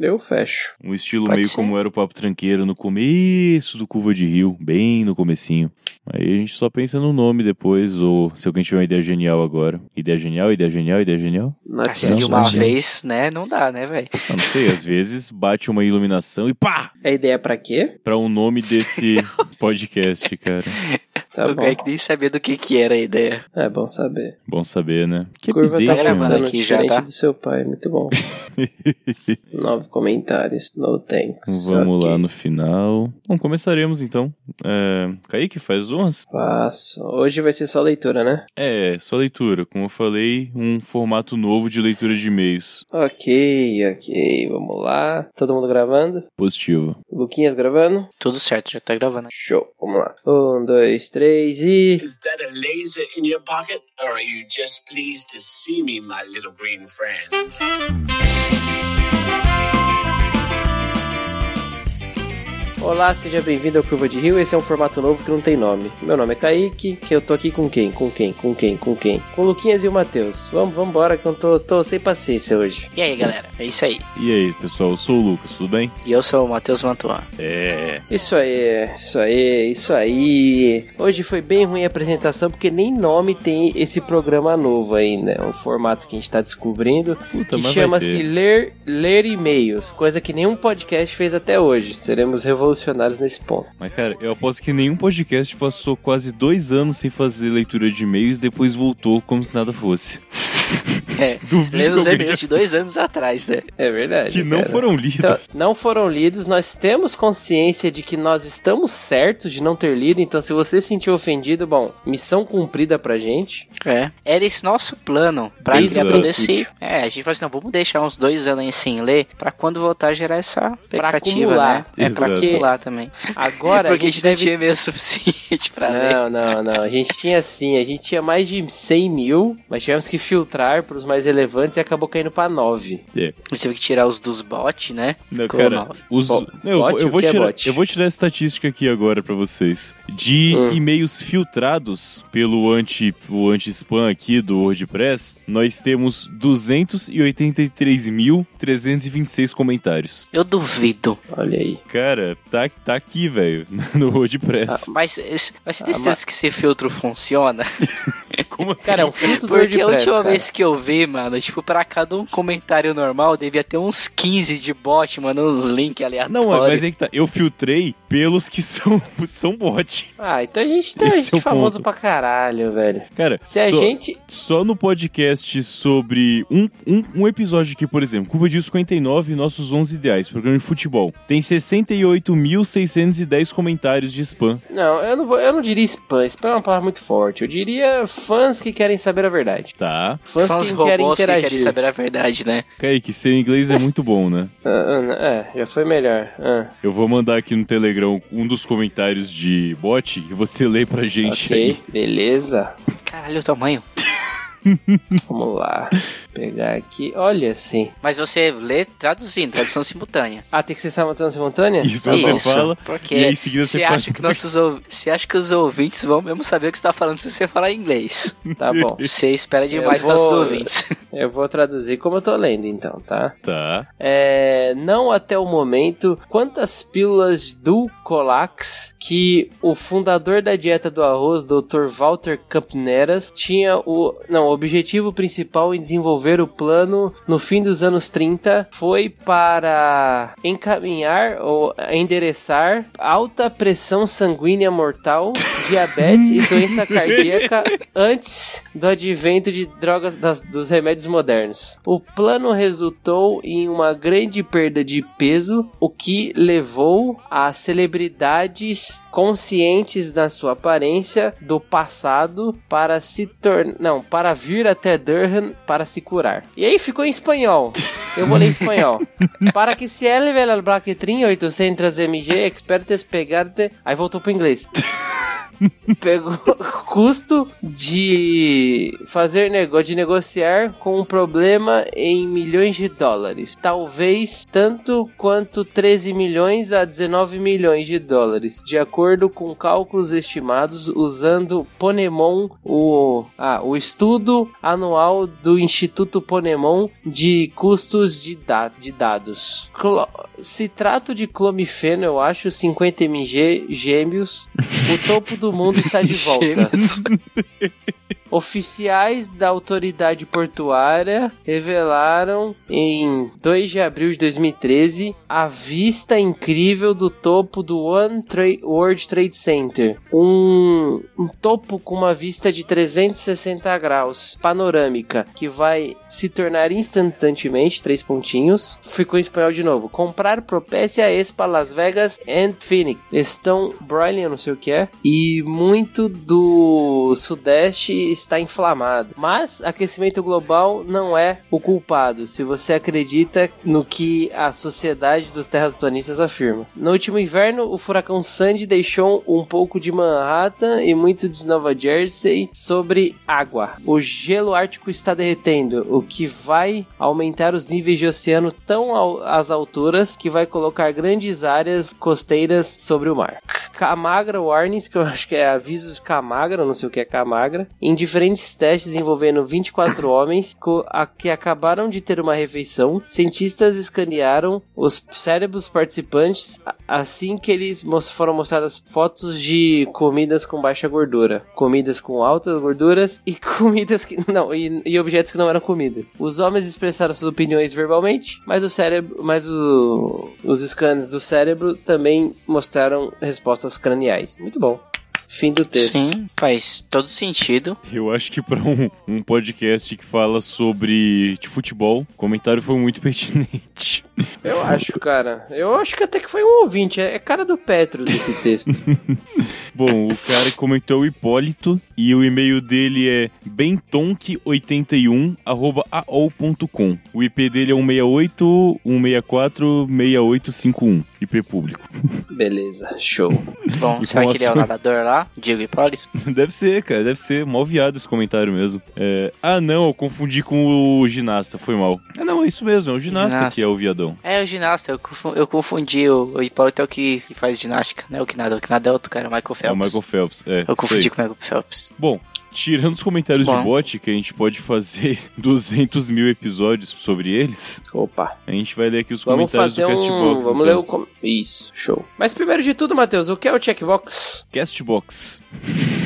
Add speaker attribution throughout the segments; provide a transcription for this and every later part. Speaker 1: eu fecho.
Speaker 2: Um estilo
Speaker 3: Pode
Speaker 2: meio
Speaker 3: ser.
Speaker 2: como era o Papo Tranqueiro no começo do Curva de Rio, bem no comecinho. Aí a gente só pensa no nome depois, ou se alguém tiver uma ideia genial agora. Ideia genial, ideia genial, ideia genial?
Speaker 1: Na
Speaker 3: Ah, se de
Speaker 2: não,
Speaker 3: uma
Speaker 2: não.
Speaker 3: vez, né? Não dá, né, velho?
Speaker 2: Ah, não sei, às vezes bate uma iluminação e pá!
Speaker 1: A ideia é pra quê?
Speaker 2: Pra um nome desse podcast, cara.
Speaker 1: Tá
Speaker 3: o
Speaker 1: bom.
Speaker 3: Greg nem sabia do que que era a ideia.
Speaker 1: É bom saber.
Speaker 2: Bom saber, né? Que
Speaker 1: Curva tá
Speaker 2: update,
Speaker 3: gravando
Speaker 2: mano.
Speaker 1: contando
Speaker 3: aqui já,
Speaker 1: diferente
Speaker 3: tá?
Speaker 1: do seu pai, muito bom. Nove comentários, no thanks.
Speaker 2: Vamos
Speaker 1: Ok.
Speaker 2: lá no final. Bom, começaremos então. É... Kaique, faz as honras?
Speaker 1: Faço. Hoje vai ser só leitura, né?
Speaker 2: É, só leitura. Como eu falei, um formato novo de leitura de e-mails.
Speaker 1: Ok, ok, vamos lá. Todo mundo gravando?
Speaker 2: Positivo.
Speaker 1: Luquinhas gravando?
Speaker 3: Tudo certo, já tá gravando.
Speaker 1: Show, vamos lá. Um, dois, três e.
Speaker 4: Is that a laser in your pocket, or are you just pleased to see me, my little green friend?
Speaker 1: Olá, seja bem-vindo ao Curva de Rio. Esse é um formato novo que não tem nome. Meu nome é Kaique, que eu tô aqui com quem? Com quem? Com quem? Com quem? Com o Luquinhas e o Matheus. Vamos, vamos embora que eu tô, tô sem paciência hoje.
Speaker 3: E aí, galera? É isso aí.
Speaker 2: E aí, pessoal, eu sou o Lucas, tudo bem?
Speaker 3: E eu sou o Matheus Mantuan.
Speaker 2: É.
Speaker 1: Isso aí, isso aí, isso aí. Hoje foi bem ruim a apresentação porque nem nome tem esse programa novo ainda. É um formato que a gente tá descobrindo
Speaker 2: Puta,
Speaker 1: que
Speaker 2: mas
Speaker 1: chama-se
Speaker 2: vai ter.
Speaker 1: ler, ler e-mails, coisa que nenhum podcast fez até hoje. Seremos revolucionários nesse ponto.
Speaker 2: Mas, cara, eu aposto que nenhum podcast passou quase dois anos sem fazer leitura de e-mails e depois voltou como se nada fosse.
Speaker 3: É.
Speaker 2: Duvido
Speaker 3: Lendo os
Speaker 2: que, alguém
Speaker 3: e-mails de dois anos atrás, né?
Speaker 1: É verdade.
Speaker 2: que não
Speaker 1: cara.
Speaker 2: foram
Speaker 1: Então,
Speaker 2: lidos.
Speaker 1: não foram lidos, nós temos consciência de que nós estamos certos de não ter lido, então se você se sentiu ofendido, bom, missão cumprida pra gente.
Speaker 3: É. Era esse nosso plano pra
Speaker 2: Desde
Speaker 3: criar
Speaker 2: o
Speaker 3: todo esse.
Speaker 1: princípio.
Speaker 3: É, a gente falou assim: não, vamos deixar uns dois anos aí sem ler, pra quando voltar gerar essa expectativa, né?
Speaker 1: acumular.
Speaker 3: É, pra
Speaker 2: Exato.
Speaker 3: acumular também.
Speaker 1: Agora
Speaker 3: Porque
Speaker 1: a gente deve É.
Speaker 3: não tinha e-mail suficiente pra ler.
Speaker 1: Não, não, não. A gente tinha sim, a gente tinha mais de 100 mil, mas tivemos que filtrar pros mais relevantes e acabou caindo pra 9.
Speaker 3: Você teve que tirar os dos bots, né?
Speaker 2: Não,
Speaker 3: Como
Speaker 2: cara,
Speaker 3: não?
Speaker 2: os-
Speaker 1: Bo-
Speaker 2: Não, eu, vou-
Speaker 1: bot?
Speaker 2: eu
Speaker 1: O
Speaker 2: vou
Speaker 1: que é
Speaker 2: tirar,
Speaker 1: bot?
Speaker 2: eu vou tirar a estatística aqui agora pra vocês. De
Speaker 1: Hum.
Speaker 2: e-mails filtrados pelo anti- o anti-spam aqui do WordPress, nós temos 283.326 comentários.
Speaker 3: Eu duvido.
Speaker 1: Olha aí.
Speaker 2: Cara, tá, tá aqui, velho, no WordPress.
Speaker 3: Mas, esse- mas você tem
Speaker 1: Ah,
Speaker 3: certeza que esse filtro funciona?
Speaker 2: Como assim?
Speaker 1: Cara, é um filtro do
Speaker 3: Porque a
Speaker 1: WordPress,
Speaker 3: última
Speaker 1: cara.
Speaker 3: vez que eu vi, mano, tipo, pra cada um comentário normal, devia ter uns 15 de bot, mano, uns links aleatórios.
Speaker 2: Não, mas é que tá. Eu filtrei pelos que são, são bot.
Speaker 1: Ah, então a gente tá a
Speaker 2: Esse
Speaker 1: gente
Speaker 2: é o
Speaker 1: famoso pra
Speaker 2: ponto.
Speaker 1: caralho, velho.
Speaker 2: Cara,
Speaker 1: Se a
Speaker 2: só,
Speaker 1: gente.
Speaker 2: só no podcast sobre um, um, um episódio aqui, por exemplo, Curva de 59, Nossos 11 Ideais, programa de futebol, tem 68.610 comentários de spam.
Speaker 1: Não, eu não, vou, eu não diria spam. Spam é uma palavra muito forte. Eu diria fãs que querem saber a verdade.
Speaker 2: Tá.
Speaker 1: Fãs,
Speaker 3: São os
Speaker 1: que querem
Speaker 3: robôs que
Speaker 1: interagir.
Speaker 3: querem saber a verdade, né?
Speaker 2: Kaique, seu inglês é muito bom, né?
Speaker 1: Ah, ah, ah, é, já foi melhor. Ah,
Speaker 2: Eu vou mandar aqui no Telegram um dos comentários de bot e você lê pra gente
Speaker 1: ok,
Speaker 2: aí.
Speaker 1: beleza.
Speaker 3: Caralho, o tamanho.
Speaker 1: Vamos lá. Pegar aqui. Olha assim.
Speaker 3: Mas você lê traduzindo, tradução simultânea.
Speaker 1: Ah, tem que ser simultânea? simultânea?
Speaker 2: Isso
Speaker 1: Tá
Speaker 2: você
Speaker 1: bom.
Speaker 2: fala,
Speaker 3: Porque
Speaker 1: é
Speaker 2: e aí em seguida você
Speaker 3: você
Speaker 2: fala-
Speaker 3: acha que nossos ouv- você acha que os ouvintes vão mesmo saber o que você tá falando se você falar inglês.
Speaker 1: Tá bom.
Speaker 3: Você espera demais
Speaker 1: vou-
Speaker 3: dos nossos ouvintes.
Speaker 1: Eu vou traduzir como eu tô lendo, então, tá?
Speaker 2: Tá.
Speaker 1: É, não até o momento, quantas pílulas do Colax que o fundador da dieta do arroz, Dr. Walter Campineras, tinha o, não, o objetivo principal em desenvolver o plano no fim dos anos 30 foi para encaminhar ou endereçar alta pressão sanguínea mortal, diabetes e doença cardíaca antes do advento de drogas das- dos remédios modernos. O plano resultou em uma grande perda de peso, o que levou a celebridades conscientes da sua aparência do passado para se tornar, não, para vir até Durham para se curar. E aí ficou em espanhol. Eu vou ler em espanhol. Para que se eleve al braquetrin 800 mg expertes pegarte. Aí voltou pro inglês pegou o custo de fazer negócio, de negociar com um problema em milhões de dólares. Talvez tanto quanto 13 milhões a 19 milhões de dólares, de acordo com cálculos estimados usando Ponemon, o, ah, o estudo anual do Instituto Instituto Ponemon de custos de, da- de dados. Clo- Citrato de clomifeno, eu acho, 50 mg gêmeos. O topo do mundo está de volta.
Speaker 3: Gêmeos.
Speaker 1: Oficiais da autoridade portuária revelaram em 2 de abril de 2013 a vista incrível do topo do One Tra- World Trade Center. Um, um topo com uma vista de 360 graus, panorâmica, que vai se tornar instantaneamente três pontinhos. Ficou em espanhol de novo. Comprar Propécia Expa Las Vegas and Phoenix. Estão Broiling, eu não sei o que é. E muito do Sudeste está inflamado. Mas aquecimento global não é o culpado, se você acredita no que a sociedade dos terraplanistas afirma. No último inverno, o furacão Sandy deixou um pouco de Manhattan e muito de Nova Jersey sobre água. O gelo ártico está derretendo, o que vai aumentar os níveis de oceano tão ao- às alturas que vai colocar grandes áreas costeiras sobre o mar. Camagra Warnings, que eu acho que é avisos Camagra, não sei o que é Camagra, em diferentes testes envolvendo 24 homens co- a- que acabaram de ter uma refeição. Cientistas escanearam os cérebros participantes a- assim que eles mos- foram mostradas fotos de comidas com baixa gordura, comidas com altas gorduras e comidas que não e, e objetos que não eram comida. Os homens expressaram suas opiniões verbalmente, mas o cérebro, mas o- os scans do cérebro também mostraram respostas craniais. Muito bom. Fim do texto.
Speaker 3: Sim, faz todo sentido.
Speaker 2: Eu acho que pra um, um podcast que fala sobre de futebol, o comentário foi muito pertinente.
Speaker 1: Eu acho, cara. Eu acho que até que foi um ouvinte. É é cara do Petros esse texto.
Speaker 2: Bom, o cara que comentou é o Hipólito e o e-mail dele é bentonk81@aol.com. O IP dele é 168 164 6851. IP um. público.
Speaker 1: Beleza, show.
Speaker 3: Bom,
Speaker 2: E
Speaker 3: será
Speaker 2: com
Speaker 3: que ele é o
Speaker 2: ações.
Speaker 3: nadador lá? Diego Hipólito?
Speaker 2: Deve ser, cara, deve ser mal viado esse comentário mesmo. É, ah, não, eu confundi com o ginasta, foi mal. Ah, não, é isso mesmo, é o ginasta.
Speaker 3: Ginasta.
Speaker 2: que é o viadão.
Speaker 3: É o ginasta, eu confu- eu confundi. O, o Hipólito é o que que faz ginástica, né? O que nada, o que nada é outro cara, o Michael Phelps.
Speaker 2: É o Michael Phelps. É,
Speaker 3: Eu
Speaker 2: isso aí.
Speaker 3: confundi com o Michael Phelps.
Speaker 2: Bom, tirando os comentários
Speaker 3: Bom.
Speaker 2: de bot, que a gente pode fazer 200 mil episódios sobre eles,
Speaker 1: Opa.
Speaker 2: a gente vai ler aqui os
Speaker 1: Vamos
Speaker 2: comentários
Speaker 1: fazer
Speaker 2: do
Speaker 1: um.
Speaker 2: Castbox.
Speaker 1: Vamos
Speaker 2: então.
Speaker 1: ler o. com- Isso, show. Mas primeiro de tudo, Matheus, o que é o checkbox?
Speaker 2: Castbox.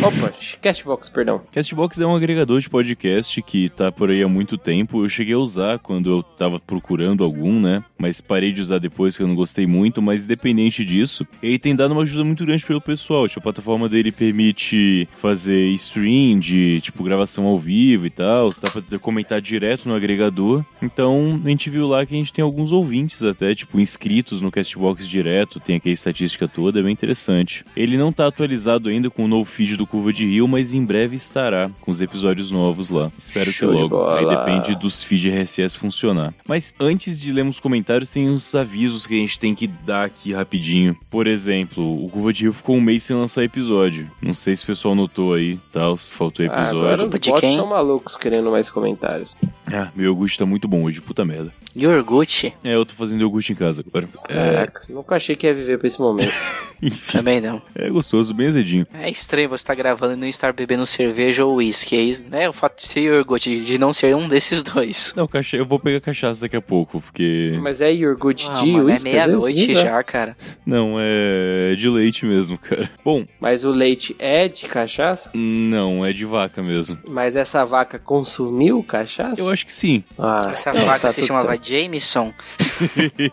Speaker 1: Opa, cashbox, perdão.
Speaker 2: Castbox é um agregador de podcast que tá por aí há muito tempo. Eu cheguei a usar quando eu tava procurando algum, né? Mas parei de usar depois que eu não gostei muito. Mas independente disso, ele tem dado uma ajuda muito grande pelo pessoal. Tipo, a plataforma dele permite fazer stream de, tipo, gravação ao vivo e tal. Você dá pra comentar direto no agregador. Então, a gente viu lá que a gente tem alguns ouvintes até, tipo, inscritos no Castbox direto, tem aqui a estatística toda, é bem interessante. Ele não tá atualizado ainda com o novo feed do Curva de Rio, mas em breve estará com os episódios novos lá. Espero
Speaker 1: Show de
Speaker 2: que logo. Aí
Speaker 1: bola.
Speaker 2: depende dos feed RSS funcionar. Mas antes de lermos os comentários, tem uns avisos que a gente tem que dar aqui rapidinho. Por exemplo, o Curva de Rio ficou um mês sem lançar episódio. Não sei se o pessoal notou aí, tal, se faltou
Speaker 1: Ah,
Speaker 2: episódio.
Speaker 1: agora os
Speaker 3: De
Speaker 1: bots
Speaker 3: quem?
Speaker 1: estão malucos querendo mais comentários.
Speaker 2: Ah, meu iogurte tá muito bom hoje, puta merda.
Speaker 3: Yorguchi?
Speaker 2: É, eu tô fazendo iogurte em casa agora. É,
Speaker 1: Caraca, nunca achei que ia viver pra esse momento.
Speaker 2: enfim.
Speaker 3: Também não.
Speaker 2: É gostoso, bem azedinho.
Speaker 3: É estranho você estar gravando e não estar bebendo cerveja ou uísque. É isso, né? O fato de ser iogurte, de não ser um desses dois.
Speaker 2: Não, cacha... eu vou pegar cachaça daqui a pouco, porque.
Speaker 1: Mas é iogurte
Speaker 3: Ah,
Speaker 1: de
Speaker 3: mano, é
Speaker 1: uísque, às vezes,
Speaker 3: meia-noite
Speaker 1: usa.
Speaker 3: já, cara.
Speaker 2: Não, é de leite mesmo, cara. Bom,
Speaker 1: Mas o leite é de cachaça?
Speaker 2: não, é de vaca mesmo.
Speaker 1: Mas essa vaca consumiu cachaça?
Speaker 2: Eu acho que sim.
Speaker 1: Ah,
Speaker 3: Essa
Speaker 1: então
Speaker 3: vaca
Speaker 1: tá
Speaker 3: se
Speaker 1: tudo
Speaker 3: chamava
Speaker 1: certo.
Speaker 3: Jameson.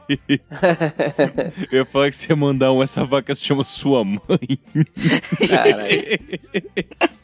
Speaker 2: Eu ia falar que você ia mandar um, essa vaca se chama sua mãe. É.
Speaker 1: Caralho.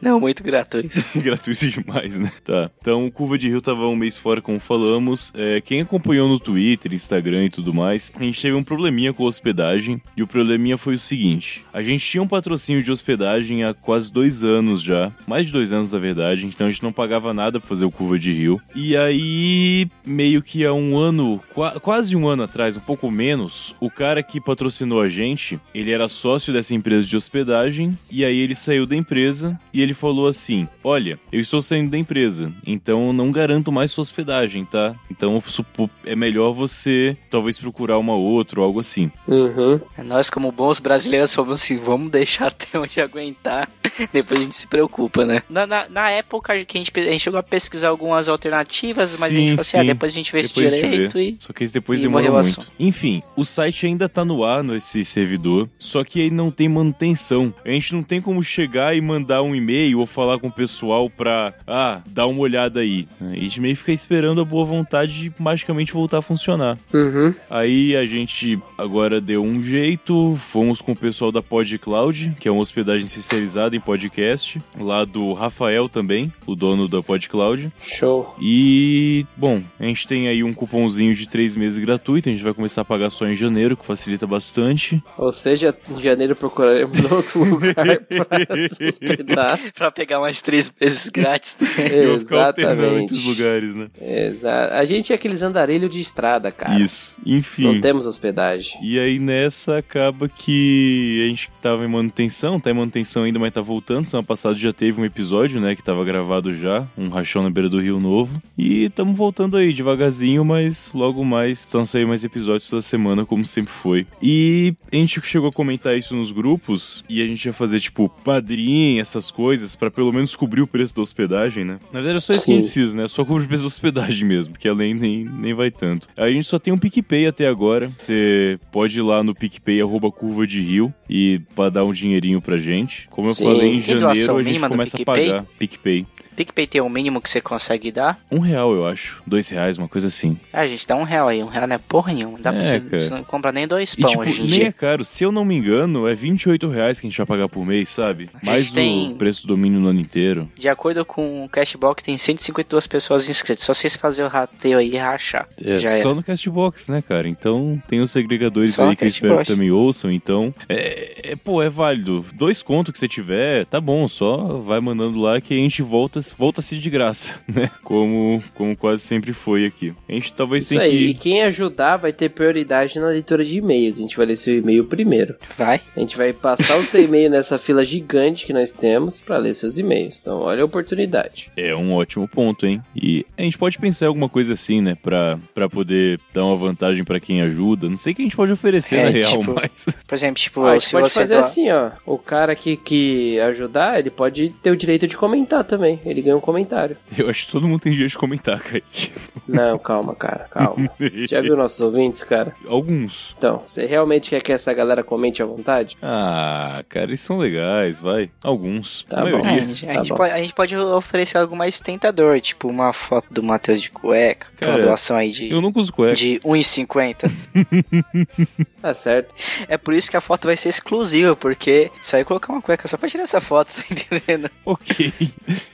Speaker 3: Não, muito gratuito.
Speaker 2: Gratuito demais, né? Tá. Então, o Curva de Rio tava um mês fora, como falamos. É, quem acompanhou no Twitter, Instagram e tudo mais, a gente teve um probleminha com a hospedagem. E o probleminha foi o seguinte: a gente tinha um patrocínio de hospedagem há quase dois anos já. Mais de dois anos, na verdade. Então a gente não pagava nada pra fazer o Curva de Rio. E aí, meio que há um ano, qua- quase um ano atrás, um pouco menos, o cara que patrocinou a gente, ele era sócio dessa empresa de hospedagem, e aí ele saiu da empresa e ele falou assim: Olha, eu estou saindo da empresa, então eu não garanto mais sua hospedagem, tá? Então eu supo- é melhor você talvez procurar uma outra ou algo assim.
Speaker 1: Uhum.
Speaker 3: Nós, como bons brasileiros, falamos assim, vamos deixar até onde aguentar. Depois a gente se preocupa, né? Na, na, na época que a gente, pe- a gente chegou a pesquisar algumas alternativas, mas a
Speaker 2: Sim,
Speaker 3: gente falou assim, ah,
Speaker 2: sim.
Speaker 3: depois a gente vê
Speaker 2: Depois a
Speaker 3: esse
Speaker 2: gente vê.
Speaker 3: direito e...
Speaker 2: Só que esse depois
Speaker 3: E
Speaker 2: demorou
Speaker 3: morreu o
Speaker 2: muito.
Speaker 3: assunto.
Speaker 2: Enfim, o site ainda tá no ar nesse servidor, só que aí não tem manutenção. A gente não tem como chegar e mandar um e-mail ou falar com o pessoal pra, ah, dar uma olhada aí. A gente meio que fica esperando a boa vontade de magicamente voltar a funcionar.
Speaker 1: Uhum.
Speaker 2: Aí a gente agora deu um jeito, fomos com o pessoal da PodCloud, que é uma hospedagem especializada em podcast, lá do Rafael também, o dono da PodCloud.
Speaker 1: Show.
Speaker 2: E, bom, a gente tem aí um cupomzinho de três meses gratuito, a gente vai começar a pagar só em janeiro, que facilita bastante.
Speaker 1: Ou seja, em janeiro procuraremos outro lugar para se hospedar.
Speaker 3: Pra pegar mais três meses grátis.
Speaker 2: E eu vou ficar um alternando entre os
Speaker 1: Exatamente.
Speaker 2: lugares, né?
Speaker 1: Exa- A gente é aqueles andarilhos de estrada, cara.
Speaker 2: Isso.
Speaker 1: Não
Speaker 2: Enfim.
Speaker 1: temos hospedagem.
Speaker 2: E aí nessa acaba que a gente tava em manutenção, tá em manutenção ainda, mas tá voltando. Semana passada já teve um episódio, né, que tava gravado já, um rachão na beira do Rio Novo. E tamo voltando aí devagarzinho, mas logo mais estão saindo mais episódios toda semana, como sempre foi. E a gente chegou a comentar isso nos grupos e a gente ia fazer tipo padrinho, essas coisas, pra pelo menos cobrir o preço da hospedagem, né? Na verdade é só isso que a gente
Speaker 1: Sim.
Speaker 2: precisa, né? Só cobre o preço da hospedagem mesmo, porque além nem, nem vai tanto. A gente só tem um PicPay até agora. Você pode ir lá no PicPay, arroba curva de rio, e pra dar um dinheirinho pra gente. Como eu
Speaker 1: Sim.
Speaker 2: falei, em
Speaker 3: Tem
Speaker 2: janeiro
Speaker 3: doação
Speaker 2: a gente
Speaker 3: mínima do
Speaker 2: começa a
Speaker 3: PicPay?
Speaker 2: pagar PicPay.
Speaker 3: PicPay tem o mínimo que você consegue dar?
Speaker 2: Um real, eu acho. Dois reais, uma coisa assim.
Speaker 3: Ah, gente, dá um real aí. Um real não é porra nenhuma. Dá pra
Speaker 2: É,
Speaker 3: você,
Speaker 2: cara.
Speaker 3: você não compra nem dois
Speaker 2: E,
Speaker 3: pão
Speaker 2: tipo,
Speaker 3: hoje em
Speaker 2: nem é
Speaker 3: dia.
Speaker 2: caro. Se eu não me engano, é 28 reais que a gente vai pagar por mês, sabe?
Speaker 3: gente
Speaker 2: Mais o
Speaker 3: tem-
Speaker 2: preço do domínio no ano inteiro.
Speaker 3: De acordo com o Cashbox, tem 152 pessoas inscritas. Só vocês fazerem o rateio aí e rachar.
Speaker 2: É,
Speaker 3: Já era.
Speaker 2: só no Castbox, né, cara? Então tem os segregadores
Speaker 3: Só
Speaker 2: aí
Speaker 3: no
Speaker 2: que eu espero que
Speaker 3: Castbox.
Speaker 2: também ouçam. Então, é, é, pô, é válido. Dois contos que você tiver, tá bom, só vai mandando lá que a gente volta, volta-se de graça, né? Como, como quase sempre foi aqui. A gente talvez
Speaker 1: Isso
Speaker 2: tenha
Speaker 1: aí. E
Speaker 2: que.
Speaker 1: quem ajudar vai ter prioridade na leitura de e-mails. A gente vai ler seu e-mail primeiro.
Speaker 3: Vai.
Speaker 1: A gente vai passar o seu e-mail nessa fila gigante que nós temos para ler seus e-mails. Então, olha a oportunidade.
Speaker 2: É um ótimo ponto, hein? E a gente pode pensar em alguma coisa assim, né? Pra, pra poder dar uma vantagem pra quem ajuda. Não sei o que a gente pode oferecer,
Speaker 3: É,
Speaker 2: na real,
Speaker 3: tipo,
Speaker 2: mas.
Speaker 3: Por exemplo, tipo,
Speaker 1: Ah, a gente
Speaker 3: se
Speaker 1: pode
Speaker 3: você
Speaker 1: fazer
Speaker 3: doar-
Speaker 1: assim, ó. O cara que, que ajudar, ele pode ter o direito de comentar também. Ele ganha um comentário.
Speaker 2: Eu acho que todo mundo tem direito de comentar, Kaique.
Speaker 1: Não, calma, cara, calma. Você Já viu nossos ouvintes, cara?
Speaker 2: Alguns.
Speaker 1: Então, você realmente quer que essa galera comente à vontade?
Speaker 2: Ah, cara, eles são legais, vai. Alguns.
Speaker 1: Tá
Speaker 2: a
Speaker 1: bom.
Speaker 2: maioria.
Speaker 3: É, a gente- a,
Speaker 1: Tá
Speaker 3: gente
Speaker 1: bom.
Speaker 3: pode, a gente pode oferecer algo mais tentador, tipo uma foto do Matheus de cueca, é
Speaker 2: Cara,
Speaker 3: uma doação aí de,
Speaker 2: Eu nunca uso cueca.
Speaker 3: de 1,50.
Speaker 1: Tá certo.
Speaker 3: é por isso que a foto vai ser exclusiva, porque só eu colocar uma cueca só pra tirar essa foto, tá entendendo?
Speaker 2: Ok.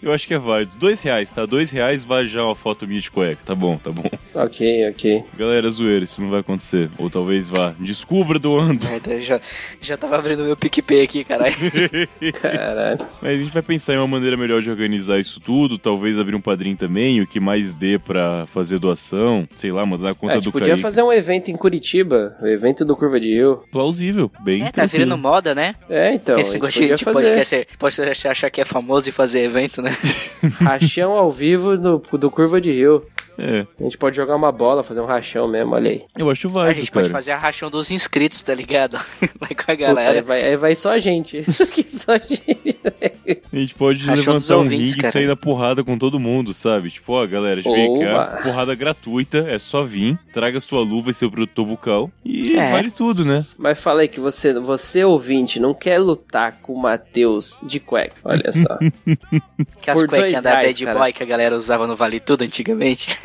Speaker 2: Eu acho que é válido. Dois reais, tá? Dois reais vai já uma foto minha de cueca. Tá bom, tá bom.
Speaker 1: Ok, ok.
Speaker 2: Galera, é zoeira, isso não vai acontecer. Ou talvez vá. Descubra doando.
Speaker 3: Merda, eu já, já tava abrindo meu PicPay aqui, caralho.
Speaker 1: Caralho.
Speaker 2: Mas a gente vai pensar em uma maneira melhor de organizar isso tudo. Talvez abrir um padrinho também. O que mais dê pra fazer doação. Sei lá, mandar a
Speaker 1: Ah,
Speaker 2: conta
Speaker 1: A
Speaker 2: do
Speaker 1: gente podia
Speaker 2: Kaique.
Speaker 1: fazer um evento em Curitiba, o evento do Curva de Rio.
Speaker 2: Plausível. Bem
Speaker 3: É, tá
Speaker 2: tranquilo.
Speaker 3: virando moda, né?
Speaker 1: É, então, a
Speaker 3: Esse
Speaker 1: gente
Speaker 3: gostinho
Speaker 1: podia
Speaker 3: de
Speaker 1: fazer.
Speaker 3: podcast, pode achar, achar que é famoso e fazer evento, né?
Speaker 1: Rachão ao vivo do, do Curva de Rio.
Speaker 2: É.
Speaker 1: A gente pode jogar uma bola, fazer um rachão mesmo, olha aí.
Speaker 2: Eu acho
Speaker 3: A
Speaker 2: válido,
Speaker 3: gente
Speaker 2: cara.
Speaker 3: pode fazer a rachão dos inscritos, tá ligado? Vai com a
Speaker 1: Puta, aí
Speaker 3: galera.
Speaker 1: vai, aí vai só a gente. Aqui é só a gente.
Speaker 2: A gente pode
Speaker 3: Rachão dos
Speaker 2: levantar um
Speaker 3: ouvintes,
Speaker 2: ringue e
Speaker 3: cara.
Speaker 2: sair na porrada com todo mundo, sabe? Tipo, ó, galera, a gente vem cá,
Speaker 1: Oba.
Speaker 2: porrada gratuita, é só vir, traga sua luva e seu produtor bucal e
Speaker 3: É.
Speaker 2: vale tudo, né?
Speaker 1: Mas fala aí que você, você ouvinte, não quer lutar com o Matheus de cueca. Olha só.
Speaker 3: Aquelas
Speaker 1: é por dois
Speaker 3: cuequinhas da
Speaker 1: reais,
Speaker 3: Bad
Speaker 1: cara.
Speaker 3: Boy que a galera usava no Vale Tudo antigamente.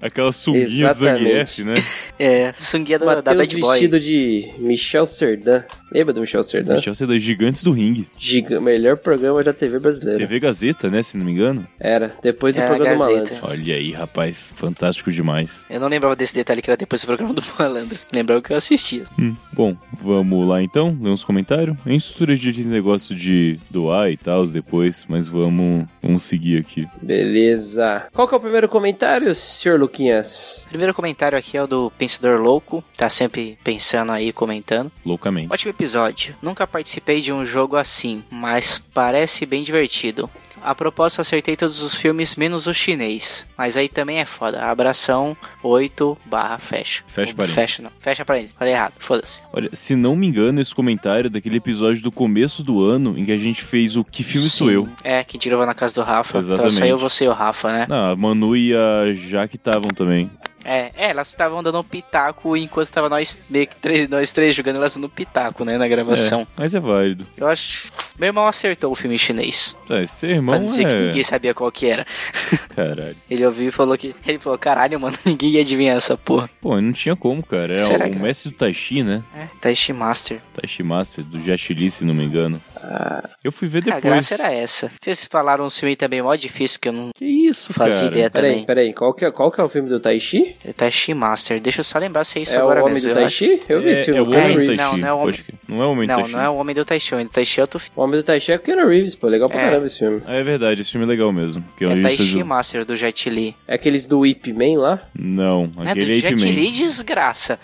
Speaker 2: Aquela sunguinha do
Speaker 1: Exatamente.
Speaker 2: Zangief, né?
Speaker 3: É, sunguinha da, da
Speaker 1: Matheus
Speaker 3: Bad Boy.
Speaker 1: vestido de Michel Serdan. Lembra do Michel Serdan?
Speaker 2: Deixa você das gigantes do ringue.
Speaker 1: Giga- melhor programa da TV
Speaker 3: É.
Speaker 1: brasileira.
Speaker 2: TV Gazeta, né? Se não me engano.
Speaker 1: Era, depois do
Speaker 3: Era
Speaker 1: programa do
Speaker 3: É, Gazeta.
Speaker 1: Malandro.
Speaker 2: Olha aí, rapaz, fantástico demais.
Speaker 3: Eu não lembrava desse detalhe que era depois do programa do Malandro. Lembrava que eu assistia.
Speaker 2: Hum, bom, vamos lá então, ler uns comentários. A gente surgiu esse negócio de doar e tal depois, mas vamos, vamos seguir aqui.
Speaker 1: Beleza. Qual que é o primeiro comentário, senhor Luquinhas?
Speaker 3: Primeiro comentário aqui é o do Pensador Louco. Tá sempre pensando aí, comentando.
Speaker 2: Loucamente.
Speaker 3: Ótimo episódio. Nunca participei de um jogo assim, mas parece bem divertido. A propósito, acertei todos os filmes, menos o chinês. Mas aí também é foda. Abração 8 barra fecha.
Speaker 2: Fecha
Speaker 3: Ou
Speaker 2: parênteses.
Speaker 3: Fecha não. Fecha parênteses. Falei errado. Foda-se.
Speaker 2: Olha, se não me engano, esse comentário é daquele episódio do começo do ano em que a gente fez o Que Filme Sou
Speaker 3: Sim.
Speaker 2: Eu.
Speaker 3: É, que a gente gravou na casa do Rafa.
Speaker 2: Exatamente.
Speaker 3: Então saiu você e o Rafa, né?
Speaker 2: Ah, a Manu e a Jaque estavam também.
Speaker 3: É, é, elas estavam dando um pitaco enquanto tava nós, meio que três, nós três jogando elas dando pitaco, né? Na gravação.
Speaker 2: É, mas é válido.
Speaker 3: Eu acho. Meu irmão acertou o filme chinês.
Speaker 2: É, esse
Speaker 3: Pra
Speaker 2: irmão
Speaker 3: não dizer que
Speaker 2: é...
Speaker 3: ninguém sabia qual que era.
Speaker 2: Caralho.
Speaker 3: Ele ouviu e falou que. Ele falou, caralho, mano, ninguém ia adivinhar essa porra.
Speaker 2: Pô, não tinha como, cara. É
Speaker 3: Será
Speaker 2: o
Speaker 3: que-
Speaker 2: mestre do Taishi, né?
Speaker 3: É, Taishi Master.
Speaker 2: Taishi Master, do Jet Li, se não me engano. Eu fui ver
Speaker 3: Ah, A
Speaker 2: depois.
Speaker 3: graça era essa. Vocês falaram um filme também mó difícil que eu não
Speaker 2: Que isso,
Speaker 3: fazia
Speaker 2: cara?
Speaker 3: ideia
Speaker 1: Peraí,
Speaker 3: também.
Speaker 1: peraí, qual que, é, qual que é o filme do Taishi?
Speaker 3: É Taishi Master. Deixa eu só lembrar se é isso
Speaker 1: é o
Speaker 3: agora
Speaker 1: Homem
Speaker 3: mesmo.
Speaker 1: do
Speaker 3: eu acho.
Speaker 1: Taishi? Eu vi
Speaker 2: é,
Speaker 1: esse filme.
Speaker 2: é o Homem
Speaker 3: Ai,
Speaker 2: do
Speaker 1: Keanu Reeves.
Speaker 2: Taishi.
Speaker 3: não, não é o homem-
Speaker 2: pode crer. Não é o Homem do
Speaker 3: Não,
Speaker 2: Taishi.
Speaker 3: não é o Homem do Taishi. O Homem do Taishi é outro filme.
Speaker 1: O Homem do Taishi é o Keanu Reeves, pô. Legal pra
Speaker 3: É.
Speaker 1: caramba esse filme.
Speaker 2: É verdade, esse filme é legal mesmo. Que eu
Speaker 3: É
Speaker 2: vi
Speaker 3: Taishi
Speaker 2: isso-
Speaker 3: Master do Jet Li.
Speaker 1: É aqueles do Ip Man lá?
Speaker 2: Não,
Speaker 3: Não é do
Speaker 2: aquele é
Speaker 3: Jet
Speaker 2: Ape Man.
Speaker 3: Li, desgraça.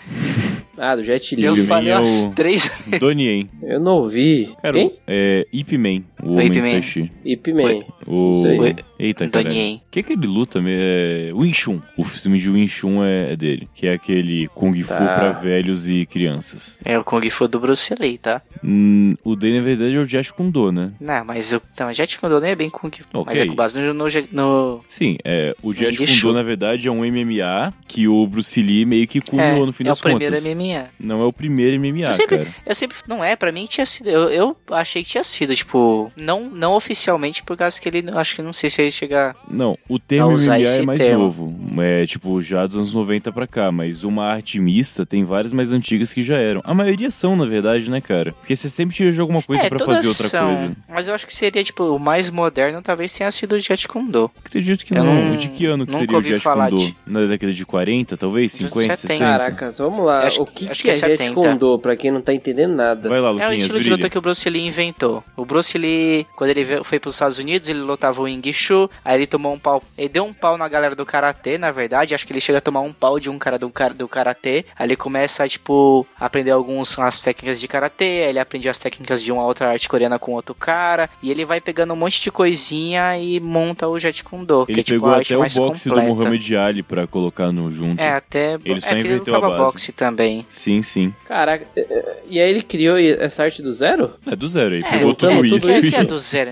Speaker 1: Ah, do Jet Li.
Speaker 3: eu
Speaker 1: Eu,
Speaker 2: Man
Speaker 3: falei
Speaker 2: é
Speaker 3: umas
Speaker 2: o-
Speaker 3: três
Speaker 2: Donnie Yen.
Speaker 1: não ouvi.
Speaker 2: Cara,
Speaker 1: Quem?
Speaker 2: é Ip Man, o
Speaker 3: O Ip
Speaker 2: Homem do
Speaker 3: Man.
Speaker 2: Taishi.
Speaker 1: Ip Man.
Speaker 2: O...
Speaker 1: Isso aí.
Speaker 2: Eita, cara.
Speaker 3: Donnie Yen.
Speaker 2: O que é que ele luta? mesmo? É... Wing Chun. O filme de Wing Chun é é dele. Que é aquele Kung Fu
Speaker 1: Tá.
Speaker 2: pra velhos e crianças.
Speaker 3: É o Kung Fu do Bruce Lee, tá?
Speaker 2: Hum, o dele, na verdade, é o Jesh Kundo, né?
Speaker 3: Não, mas o então, Jet Kundo nem é bem Kung Fu. Mas
Speaker 2: Ok.
Speaker 3: é com base no, no, no-
Speaker 2: Sim, é, o Jesh
Speaker 3: Wing Chun.
Speaker 2: Kundo, na verdade, é um MMA que o Bruce Lee meio que
Speaker 3: É,
Speaker 2: cunhou no fim
Speaker 3: é o
Speaker 2: das
Speaker 3: primeiro
Speaker 2: contas.
Speaker 3: MMA.
Speaker 2: Não é o primeiro MMA,
Speaker 3: Eu sempre-
Speaker 2: cara.
Speaker 3: Eu sempre. Não é, pra mim tinha sido. Eu, eu achei que tinha sido, tipo. Não, não oficialmente, por causa que ele. Acho que não sei se ele chegar.
Speaker 2: Não, o termo
Speaker 3: Não
Speaker 2: MMA
Speaker 3: usar
Speaker 2: é
Speaker 3: esse
Speaker 2: mais
Speaker 3: termo.
Speaker 2: novo. É tipo já dos anos 90 pra cá, mas uma arte mista tem várias mais antigas que já eram. A maioria são, na verdade, né, cara? Porque você sempre tira de alguma coisa
Speaker 3: é,
Speaker 2: pra
Speaker 3: todas
Speaker 2: fazer outra
Speaker 3: são,
Speaker 2: coisa.
Speaker 3: Mas eu acho que seria, tipo, o mais moderno talvez tenha sido o Jet Kundo.
Speaker 2: Acredito que
Speaker 3: Eu
Speaker 2: não.
Speaker 3: não-
Speaker 2: De que ano que
Speaker 3: nunca
Speaker 2: seria o
Speaker 3: ouvi
Speaker 2: Jet
Speaker 3: falar
Speaker 2: Kundo?
Speaker 3: de-
Speaker 2: Na década de 40, talvez?
Speaker 3: Dos
Speaker 2: 50,
Speaker 3: 70.
Speaker 2: 60?
Speaker 1: Caracas, vamos lá.
Speaker 3: Acho
Speaker 1: o
Speaker 3: que-
Speaker 1: que,
Speaker 3: acho
Speaker 1: que é
Speaker 3: que é
Speaker 1: Jet
Speaker 3: 70.
Speaker 1: Kondo, pra quem não tá entendendo nada?
Speaker 2: Vai lá,
Speaker 3: É o
Speaker 2: Luquinhas,
Speaker 3: estilo de
Speaker 2: brilha.
Speaker 3: luta que o Bruce Lee inventou. O Bruce Lee, quando ele veio- foi pros Estados Unidos, ele lutava o Wing Chun, aí ele tomou um pau, ele deu um pau na galera do Karatê, na verdade, acho que ele chega a tomar um pau de um cara do, cara- do Karatê, aí ele começa, tipo, a aprender algumas as técnicas de Karatê, aí ele aprende as técnicas de uma outra arte coreana com outro cara, e ele vai pegando um monte de coisinha e monta o Jet Kundo, que
Speaker 2: Ele
Speaker 3: é tipo
Speaker 2: pegou
Speaker 3: a arte
Speaker 2: até o
Speaker 3: mais
Speaker 2: boxe
Speaker 3: completa.
Speaker 2: do Muhammad Ali pra colocar no junto.
Speaker 3: É, até...
Speaker 2: Ele só
Speaker 3: é, porque
Speaker 2: inverteu a
Speaker 3: lutava
Speaker 2: base.
Speaker 3: boxe também.
Speaker 2: Sim, sim.
Speaker 1: Caraca, é, é, e aí ele criou essa arte do zero?
Speaker 2: É do zero aí.
Speaker 3: É,
Speaker 2: Pegou
Speaker 1: tudo
Speaker 2: tudo
Speaker 1: é,
Speaker 2: isso.
Speaker 1: tudo
Speaker 3: que é do zero.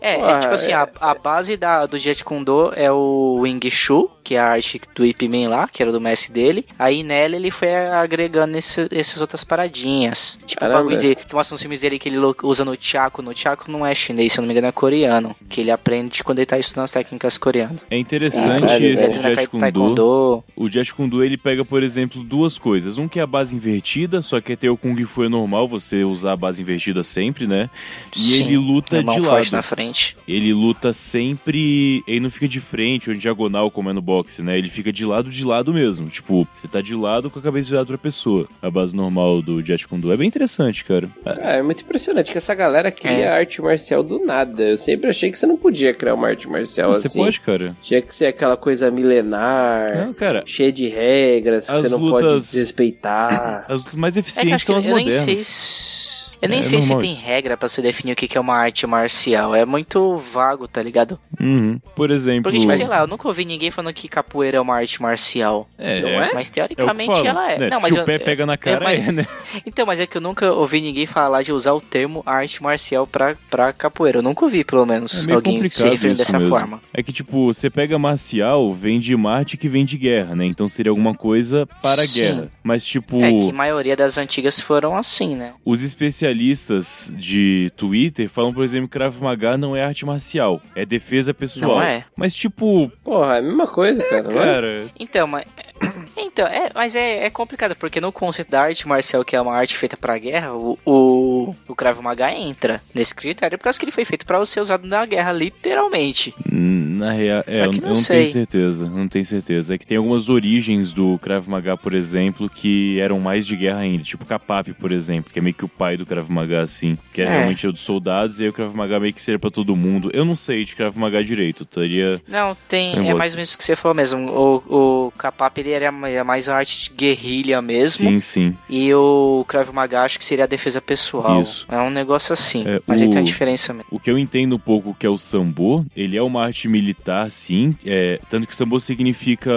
Speaker 3: É,
Speaker 1: Ué,
Speaker 3: é tipo assim, a, a base da, do Jet Kundo é o Wing Chun, que é a arte do Ip Man lá, que era do mestre dele. Aí nela ele foi agregando esse- essas outras paradinhas. Tipo, o
Speaker 1: Caramba.
Speaker 3: bagulho de, que mostra uns filmes dele que ele lo- usa no Chaco. No Chaco não é chinês, se eu não me engano é coreano. Que ele aprende quando ele tá estudando as técnicas coreanas.
Speaker 2: É interessante
Speaker 1: Caralho,
Speaker 2: esse
Speaker 1: velho.
Speaker 3: Entra na
Speaker 2: Jet
Speaker 3: kai-
Speaker 2: Kundo.
Speaker 3: Taekwondo.
Speaker 2: O Jet Kundo, ele pega, por exemplo, duas coisas. Um que é a base invertida, só que até o Kung Fu é normal você usar a base invertida sempre, né? E
Speaker 3: Sim, é
Speaker 2: ele luta
Speaker 3: mão
Speaker 2: de
Speaker 3: forte
Speaker 2: lado.
Speaker 3: na frente.
Speaker 2: Ele luta sempre... Ele não fica de frente ou em diagonal, como é no boxe, né? Ele fica de lado, de lado mesmo. Tipo, você tá de lado com a cabeça virada pra pessoa. A base normal do Jet Kundo. É bem interessante, cara. Ah,
Speaker 1: Ah, é muito impressionante que essa galera cria
Speaker 3: É.
Speaker 1: arte marcial do nada. Eu sempre achei que você não podia criar uma arte marcial
Speaker 2: Você
Speaker 1: assim. É.
Speaker 2: pode, cara.
Speaker 1: Tinha que ser aquela coisa milenar,
Speaker 2: Não, cara.
Speaker 1: cheia de regras, que
Speaker 2: As
Speaker 1: você não pode
Speaker 2: lutas-
Speaker 1: desrespeitar.
Speaker 2: As mais
Speaker 3: É que eu
Speaker 2: eficientes
Speaker 3: acho que
Speaker 2: são
Speaker 3: eu
Speaker 2: as
Speaker 3: nem
Speaker 2: modernas.
Speaker 3: sei. se- Eu nem
Speaker 2: É,
Speaker 3: sei se
Speaker 2: normal
Speaker 3: tem
Speaker 2: isso.
Speaker 3: regra pra se definir o que que é uma arte marcial. É muito vago, tá ligado?
Speaker 2: Uhum. Por exemplo...
Speaker 3: Porque, tipo, sei lá, eu nunca ouvi ninguém falando que capoeira é uma arte marcial.
Speaker 2: É,
Speaker 1: Não é?
Speaker 3: Mas
Speaker 2: É o que
Speaker 3: teoricamente
Speaker 2: falam,
Speaker 3: ela é.
Speaker 2: né?
Speaker 3: Não, mas
Speaker 2: Se
Speaker 3: eu-
Speaker 2: o pé pega na cara,
Speaker 3: mas-
Speaker 2: é, né?
Speaker 3: Então, mas é que eu nunca ouvi ninguém falar de usar o termo arte marcial pra, pra capoeira. Eu nunca ouvi, pelo
Speaker 2: É
Speaker 3: menos,
Speaker 2: meio
Speaker 3: alguém se
Speaker 2: complicado
Speaker 3: referindo
Speaker 2: isso
Speaker 3: dessa
Speaker 2: mesmo.
Speaker 3: forma.
Speaker 2: É que, tipo, você pega marcial, vem de Marte que vem de guerra, né? Então seria alguma coisa para a
Speaker 3: Sim.
Speaker 2: guerra. Mas, tipo,
Speaker 3: É que a maioria das antigas foram assim, né?
Speaker 2: os especialistas de Twitter falam, por exemplo, que Krav Maga não é arte marcial, é defesa pessoal.
Speaker 3: Não é.
Speaker 2: Mas, tipo,
Speaker 1: Porra, é a mesma coisa, cara. não é?
Speaker 2: cara,
Speaker 3: Então, mas. Então, é, mas é, é complicado, porque no conceito da arte marcial, que é uma arte feita pra guerra, o, o, o Krav Maga entra nesse critério por causa que ele foi feito pra ser usado na guerra, literalmente.
Speaker 2: hum, na real, é,
Speaker 3: Só
Speaker 2: eu,
Speaker 3: que
Speaker 2: eu
Speaker 3: não
Speaker 2: não
Speaker 3: sei.
Speaker 2: tenho certeza, não tenho certeza. É que tem algumas origens do Krav Maga, por exemplo, que eram mais de guerra ainda, tipo Kapap, por exemplo, que é meio que o pai do Krav Maga, assim, que é,
Speaker 3: É.
Speaker 2: realmente o dos soldados, e aí o Krav Maga meio que seria pra todo mundo. Eu não sei de Krav Maga direito, eu teria...
Speaker 3: Não, tem.
Speaker 2: Eu
Speaker 3: é
Speaker 2: gosto.
Speaker 3: mais ou menos o que você falou mesmo. O, o Kapap, ele era ma- mais a arte de guerrilha mesmo.
Speaker 2: Sim, sim.
Speaker 3: E o Krav Maga acho que seria a defesa pessoal.
Speaker 2: Isso.
Speaker 3: É um negócio assim.
Speaker 2: É,
Speaker 3: mas aí
Speaker 2: o-
Speaker 3: tem a diferença mesmo.
Speaker 2: O que eu entendo um pouco que é o sambo, ele é uma arte militar, sim, é, tanto que sambo significa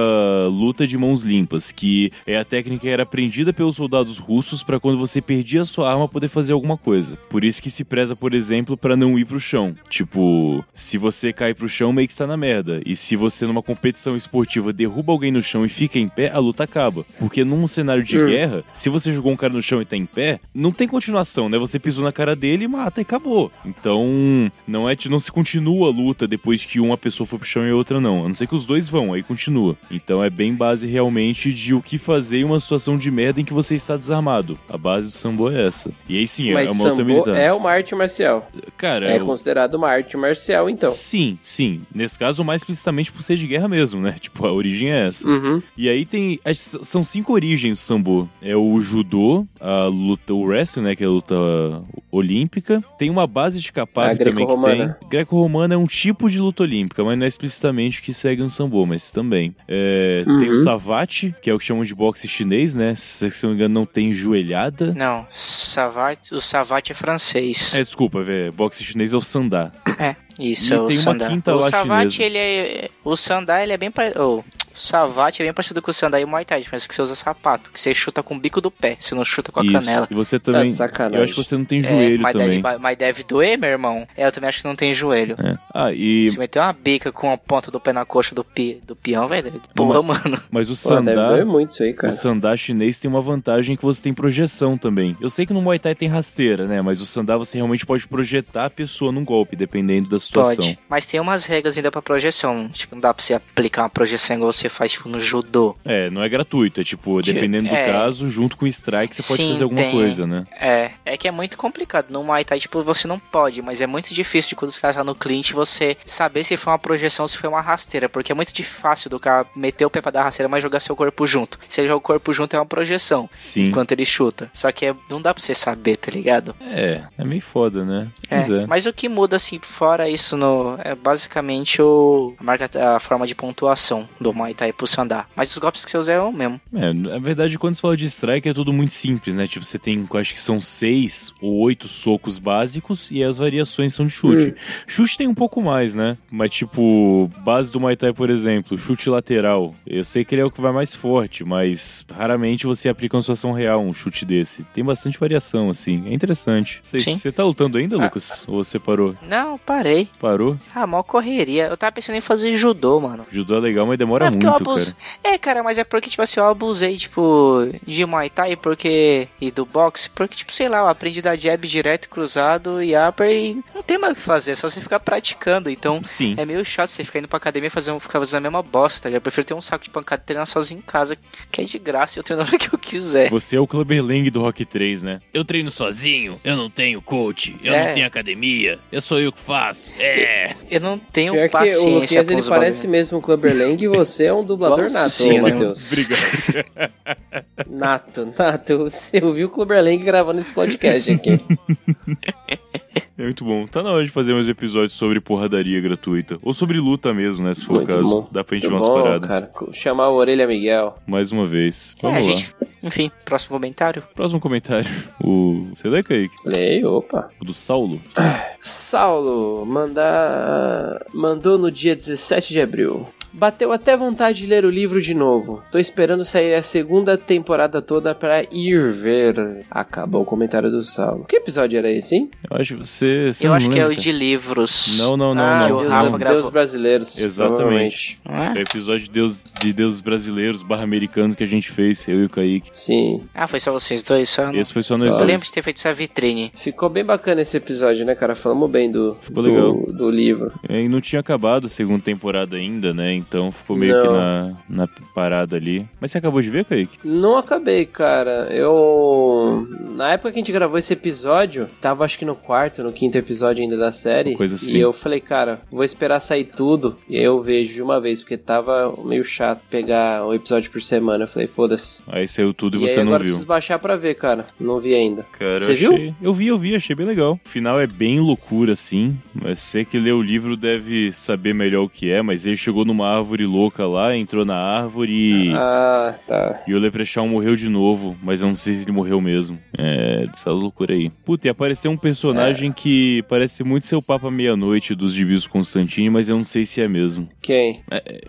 Speaker 2: luta de mãos limpas, que é a técnica que era aprendida pelos soldados russos pra quando você perdia sua arma poder fazer alguma coisa. Por isso que se preza, por exemplo, pra não ir pro chão. Tipo, se você cai pro chão, meio que está na merda. E se você numa competição esportiva derruba alguém no chão e fica em pé, a luta acaba. Porque num cenário de
Speaker 1: Hum.
Speaker 2: guerra, se você jogou um cara no chão e tá em pé, não tem continuação, né? Você pisou na cara dele e mata e acabou. Então, não é que não se continua a luta depois que uma pessoa foi pro chão e a outra não. A não ser que os dois vão, aí continua. Então é bem base realmente de o que fazer em uma situação de merda em que você está desarmado. A base do sambo é essa. E aí sim, é
Speaker 1: Mas
Speaker 2: uma luta
Speaker 1: sambo
Speaker 2: militar.
Speaker 1: é uma arte marcial.
Speaker 2: Cara,
Speaker 1: É,
Speaker 2: o-
Speaker 1: considerado uma arte marcial, então.
Speaker 2: Sim, sim. Nesse caso, mais explicitamente por ser de guerra mesmo, né? Tipo, a origem é essa.
Speaker 1: Uhum.
Speaker 2: E aí tem. as- São cinco origens do sambo. É o judô, a luta, o wrestling, né? Que é a luta olímpica. Tem uma base de
Speaker 1: A
Speaker 2: capac também que tem.
Speaker 1: greco-romana.
Speaker 2: Greco-romana é um tipo de luta olímpica, mas não é explicitamente que segue um sambo, mas também. É, Tem o
Speaker 1: Uhum.
Speaker 2: savate, que é o que chamam de boxe chinês, né? Se se eu não me engano, não tem joelhada.
Speaker 3: Não, Savate, o Savate é francês.
Speaker 2: É, desculpa, velho. Boxe chinês é o sandá.
Speaker 3: Isso,
Speaker 2: E
Speaker 3: é o
Speaker 2: tem uma
Speaker 3: Sandá.
Speaker 2: quinta
Speaker 3: o
Speaker 2: lá
Speaker 3: Savate,
Speaker 2: chinesa.
Speaker 3: ele é. O Sandá, ele é bem parecido. o Savate é bem parecido com o Sandá e o Muay Thai, mas que você usa sapato, que você chuta com o bico do pé, você não chuta com a
Speaker 2: Isso.
Speaker 3: canela.
Speaker 2: E você
Speaker 1: Tá
Speaker 2: também.
Speaker 1: de sacanagem.
Speaker 2: eu acho que você não tem
Speaker 3: É,
Speaker 2: joelho
Speaker 3: mas
Speaker 2: também.
Speaker 3: Deve, ba- mas deve doer, meu irmão. É, eu também acho que não tem joelho.
Speaker 2: É. Ah, e.
Speaker 3: Se meter uma bica com a ponta do pé na coxa do, pi, do peão, velho. Porra, mano.
Speaker 2: Mas o
Speaker 1: Pô, é deve doer
Speaker 2: sandá.
Speaker 1: muito isso aí, cara.
Speaker 2: O sandá chinês tem uma vantagem que você tem projeção também. Eu sei que no Muay Thai tem rasteira, né? Mas o sandá você realmente pode projetar a pessoa num golpe, dependendo da situação.
Speaker 3: Pode. Mas tem umas regras ainda pra projeção. Tipo, não dá pra você aplicar uma projeção igual você faz, tipo, no judô.
Speaker 2: É, não é gratuito. É tipo,
Speaker 3: Tipo,
Speaker 2: dependendo
Speaker 3: é.
Speaker 2: do caso, junto com o strike você pode
Speaker 3: Sim,
Speaker 2: fazer alguma
Speaker 3: tem.
Speaker 2: coisa, né?
Speaker 3: É, é que é muito complicado. No Muay Thai, tipo, você não pode, mas é muito difícil de quando os caras tá no clinch você saber se foi uma projeção ou se foi uma rasteira, porque é muito dif- fácil do cara meter o pé pra dar rasteira, mas jogar seu corpo junto. Se ele joga o corpo junto, é uma projeção.
Speaker 2: Sim.
Speaker 3: Enquanto ele chuta. Só que é- não dá pra você saber, tá ligado?
Speaker 2: É, é meio foda, né? Pois
Speaker 3: É,
Speaker 2: é.
Speaker 3: mas o que muda, assim, fora isso, no, é basicamente o, a, marca, a forma de pontuação do Muay Thai pro Sandá. Mas os golpes que você usa é o mesmo.
Speaker 2: É, na verdade, quando você fala de strike, é tudo muito simples, né? Tipo, você tem, eu acho que são seis ou oito socos básicos e as variações são de chute. Chute tem um pouco mais, né? Mas, tipo, base do Muay Thai, por exemplo, chute lateral. Eu sei que ele é o que vai mais forte, mas raramente você aplica uma situação real um chute desse. Tem bastante variação, assim. É interessante. Você,
Speaker 3: Sim.
Speaker 2: você tá lutando ainda,
Speaker 3: Ah.
Speaker 2: Lucas? Ou você parou?
Speaker 3: Não, parei.
Speaker 2: Parou?
Speaker 3: Ah, mó correria. Eu tava pensando em fazer judô, mano.
Speaker 2: Judô é legal, mas demora
Speaker 3: é porque
Speaker 2: muito,
Speaker 3: eu
Speaker 2: cara.
Speaker 3: abus... É, cara, mas é porque, tipo assim, eu abusei, tipo, de Muay Thai porque... e do boxe, porque, tipo, sei lá, eu aprendi da jab direto, cruzado e upper e não tem mais o que fazer, é só você ficar praticando. Então,
Speaker 2: Sim.
Speaker 3: é meio chato você ficar indo pra academia e fazer, um- ficar fazendo a mesma bosta, tá ligado? Eu prefiro ter um saco de pancada e treinar sozinho em casa, que é de graça e eu treino a hora que eu quiser.
Speaker 2: Você é o Clubberlang do Rock 3, né?
Speaker 5: Eu treino sozinho, eu não tenho coach, eu
Speaker 3: É.
Speaker 5: não tenho academia, eu sou eu que faço. É.
Speaker 3: Eu não tenho
Speaker 1: Pior que o
Speaker 3: paciência
Speaker 1: Luquinhas,
Speaker 3: pra
Speaker 1: ele parece mesmo o Clubberlang e você é um dublador nato, ô,
Speaker 3: Igualzinho, né?
Speaker 1: Matheus.
Speaker 2: Obrigado.
Speaker 1: Nato, nato. Você ouviu o Clubberlang gravando esse podcast aqui.
Speaker 2: É muito bom. Tá na hora de fazer mais episódios sobre porradaria gratuita. Ou sobre luta mesmo, né? Se for
Speaker 1: Muito
Speaker 2: o caso.
Speaker 1: bom.
Speaker 2: Dá pra gente ver
Speaker 1: Muito
Speaker 2: umas
Speaker 1: bom,
Speaker 2: paradas.
Speaker 1: cara. Chamar o Orelha Miguel.
Speaker 2: Mais uma vez.
Speaker 3: É,
Speaker 2: Vamos lá.
Speaker 3: gente... Enfim, próximo comentário.
Speaker 2: Próximo comentário. O. Você lê, Kaique?
Speaker 1: Leio, opa.
Speaker 2: O do Saulo?
Speaker 1: Saulo manda... mandou no dia 17 de abril. Bateu até vontade de ler o livro de novo. Tô esperando sair a segunda temporada toda pra ir ver. Acabou o comentário do Saulo. Que episódio era esse, hein?
Speaker 2: Eu acho que você. você
Speaker 3: eu
Speaker 2: não
Speaker 3: acho que é
Speaker 2: lembra,
Speaker 3: o de livros.
Speaker 2: Não, não, não,
Speaker 3: ah,
Speaker 2: não.
Speaker 3: Que o
Speaker 1: Deus,
Speaker 3: Rafa
Speaker 2: não.
Speaker 1: Deus
Speaker 3: gravou.
Speaker 1: brasileiros.
Speaker 2: Exatamente.
Speaker 1: provavelmente.
Speaker 3: Não é?
Speaker 2: cara. É o episódio de, Deus, de deuses brasileiros barra americanos que a gente fez, eu e o Kaique.
Speaker 1: Sim.
Speaker 3: Ah, foi só vocês dois? Só
Speaker 2: Esse foi só nós
Speaker 1: Só
Speaker 3: Ah, Eu
Speaker 2: dois.
Speaker 3: lembro de ter feito essa vitrine.
Speaker 1: Ficou bem bacana esse episódio, né, cara? Falamos bem do,
Speaker 2: Ficou
Speaker 1: do-
Speaker 2: legal.
Speaker 1: do livro.
Speaker 2: É, E não tinha acabado a segunda temporada ainda, né? Então ficou meio que
Speaker 1: Não.
Speaker 2: na, na parada ali. Mas você acabou de ver, Kaique?
Speaker 1: Não acabei, cara. Eu. Na época que a gente gravou esse episódio, tava acho que no quarto, no quinto episódio ainda da série.
Speaker 2: Uma coisa assim.
Speaker 1: E eu falei, cara, vou esperar sair tudo. E aí eu vejo de uma vez, porque tava meio chato pegar um episódio por semana. Eu falei, foda-se.
Speaker 2: Aí saiu tudo e,
Speaker 1: aí
Speaker 2: você
Speaker 1: agora
Speaker 2: não
Speaker 1: eu
Speaker 2: viu.
Speaker 1: preciso baixar pra ver, cara. Não vi ainda.
Speaker 2: Cara,
Speaker 1: Você
Speaker 2: eu
Speaker 1: viu?
Speaker 2: achei- Eu vi, eu vi, achei bem legal. O final é bem loucura, assim. Mas Você que lê o livro deve saber melhor o que é, mas ele chegou numa uma árvore louca lá, entrou na árvore e,
Speaker 1: Ah, tá.
Speaker 2: e o Leprechaun morreu de novo, mas eu não sei se ele morreu mesmo. É, dessa loucura aí. Puta, e apareceu um
Speaker 1: É.
Speaker 2: personagem que parece muito seu Papa Meia-Noite dos Gibis Constantine, mas eu não sei se é mesmo.
Speaker 1: Quem?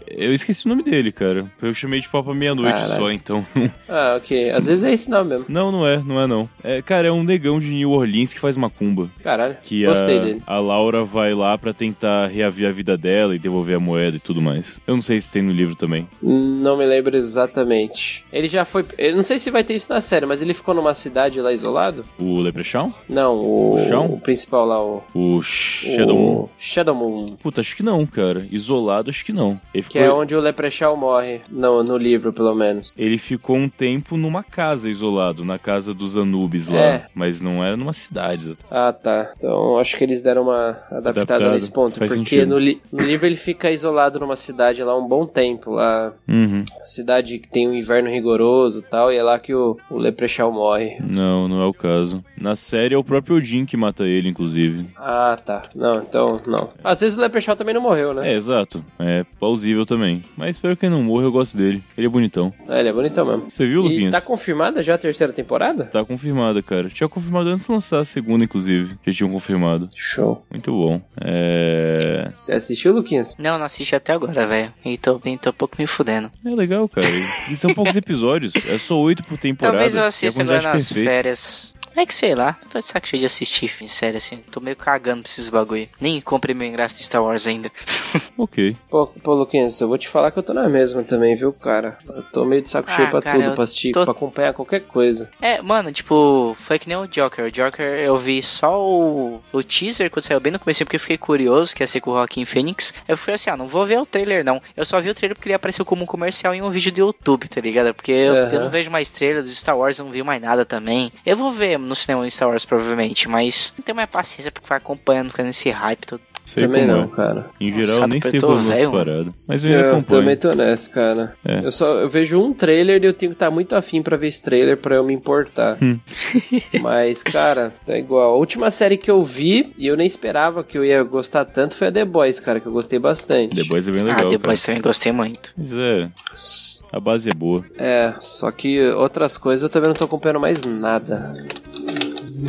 Speaker 2: Eu esqueci o nome dele, cara. Eu chamei de Papa Meia-Noite
Speaker 1: Caralho.
Speaker 2: só, então.
Speaker 1: Ah, ok. Às vezes é esse nome mesmo.
Speaker 2: Não, não é, não é não. É, cara, é um negão de New Orleans que faz macumba.
Speaker 1: Caralho.
Speaker 2: Que
Speaker 1: Gostei
Speaker 2: a,
Speaker 1: dele.
Speaker 2: a Laura vai lá pra tentar reaver a vida dela e devolver a moeda e tudo mais. Eu não sei se tem no livro também.
Speaker 1: Não me lembro exatamente. Ele já foi. Eu não sei se vai ter isso na série, mas ele ficou numa cidade lá isolado?
Speaker 2: O Leprechaun?
Speaker 1: Não, o.
Speaker 2: O chão?
Speaker 1: o principal lá, o.
Speaker 2: O Shadow Moon?
Speaker 1: o Shadow Moon.
Speaker 2: Puta, acho que não, cara. Isolado, acho que não. Ele
Speaker 1: Que
Speaker 2: ficou,
Speaker 1: é onde o Leprechaun morre. Não, no livro, pelo menos.
Speaker 2: ele ficou um tempo numa casa isolado, na casa dos Anubis lá.
Speaker 1: É.
Speaker 2: Mas não era numa cidade. exatamente.
Speaker 1: Ah, tá. Então acho que eles deram uma adaptada
Speaker 2: Adaptado,
Speaker 1: nesse ponto.
Speaker 2: faz
Speaker 1: porque
Speaker 2: sentido.
Speaker 1: no, li- no livro ele fica isolado numa cidade lá um bom tempo. Lá,
Speaker 2: Uhum.
Speaker 1: cidade que tem um inverno rigoroso e tal. E é lá que o, o Leprechaun morre.
Speaker 2: Não, não é o caso. Na série é o próprio Odin que mata ele, inclusive.
Speaker 1: Ah, tá. Não, então, não. Às vezes o Leprechaun também não morreu, né?
Speaker 2: É, exato. É plausível também. Mas espero que ele não morra, eu gosto dele. Ele é bonitão.
Speaker 1: Ah, ele é bonitão mesmo.
Speaker 2: Você viu,
Speaker 1: E
Speaker 2: Luquinhas?
Speaker 1: tá confirmada já a terceira temporada?
Speaker 2: Tá confirmada, cara. Tinha confirmado antes de lançar a segunda, inclusive. Já tinham confirmado.
Speaker 1: Show.
Speaker 2: Muito bom. É.
Speaker 1: Você assistiu, Luquinhas?
Speaker 3: Não, não assisti até agora, velho. E tô, bem- tô um pouco me fudendo.
Speaker 2: É legal, cara. E são poucos episódios. É só oito por temporada.
Speaker 3: Talvez eu
Speaker 2: E a
Speaker 3: assista agora
Speaker 2: quantidade
Speaker 3: nas
Speaker 2: perfeita.
Speaker 3: férias. É que sei lá, tô de saco cheio de assistir, filho, sério assim. Tô meio cagando pra esses bagulho. Nem comprei meu ingresso de Star Wars ainda.
Speaker 2: Ok.
Speaker 1: Pô, pô, Luquinhas, eu vou te falar que eu tô na mesma também, viu, cara? Eu tô meio de saco
Speaker 3: Ah,
Speaker 1: cheio pra
Speaker 3: cara,
Speaker 1: tudo,
Speaker 3: eu
Speaker 1: pra assistir,
Speaker 3: tô-
Speaker 1: pra acompanhar qualquer coisa.
Speaker 3: É, mano, tipo, foi que nem o Joker. O Joker eu vi só o, o teaser quando saiu bem no começo, porque eu fiquei curioso, que ia ser com o Joaquim Phoenix. Eu fui assim, ah, não vou ver o trailer não. Eu só vi o trailer porque ele apareceu como um comercial em um vídeo do YouTube, tá ligado? Porque eu,
Speaker 1: Aham.
Speaker 3: eu não vejo mais trailer do Star Wars, eu não vi mais nada também. Eu vou ver no cinema do Star Wars provavelmente, mas não tenho mais paciência porque vai acompanhando, ficando nesse hype todo.
Speaker 2: Sei
Speaker 1: também
Speaker 2: como
Speaker 1: não,
Speaker 2: é.
Speaker 1: cara.
Speaker 2: Em geral, eu
Speaker 3: Nossa,
Speaker 2: nem
Speaker 3: eu
Speaker 2: sei
Speaker 3: tô
Speaker 2: como é essa
Speaker 3: velho, mano.
Speaker 2: parada. Mas eu ainda
Speaker 1: Eu
Speaker 2: acompanho.
Speaker 1: também tô nessa, cara.
Speaker 2: É.
Speaker 1: Eu só eu vejo um trailer e eu tenho que estar muito afim pra ver esse trailer pra eu me importar.
Speaker 2: Hum.
Speaker 1: Mas, cara, tá igual. A última série que eu vi e eu nem esperava que eu ia gostar tanto foi a The Boys, cara, que eu gostei bastante.
Speaker 2: The Boys é bem
Speaker 3: ah,
Speaker 2: legal.
Speaker 3: depois
Speaker 2: cara.
Speaker 3: também gostei muito.
Speaker 2: Mas é, a base é boa.
Speaker 1: É, só que outras coisas eu também não tô acompanhando mais nada.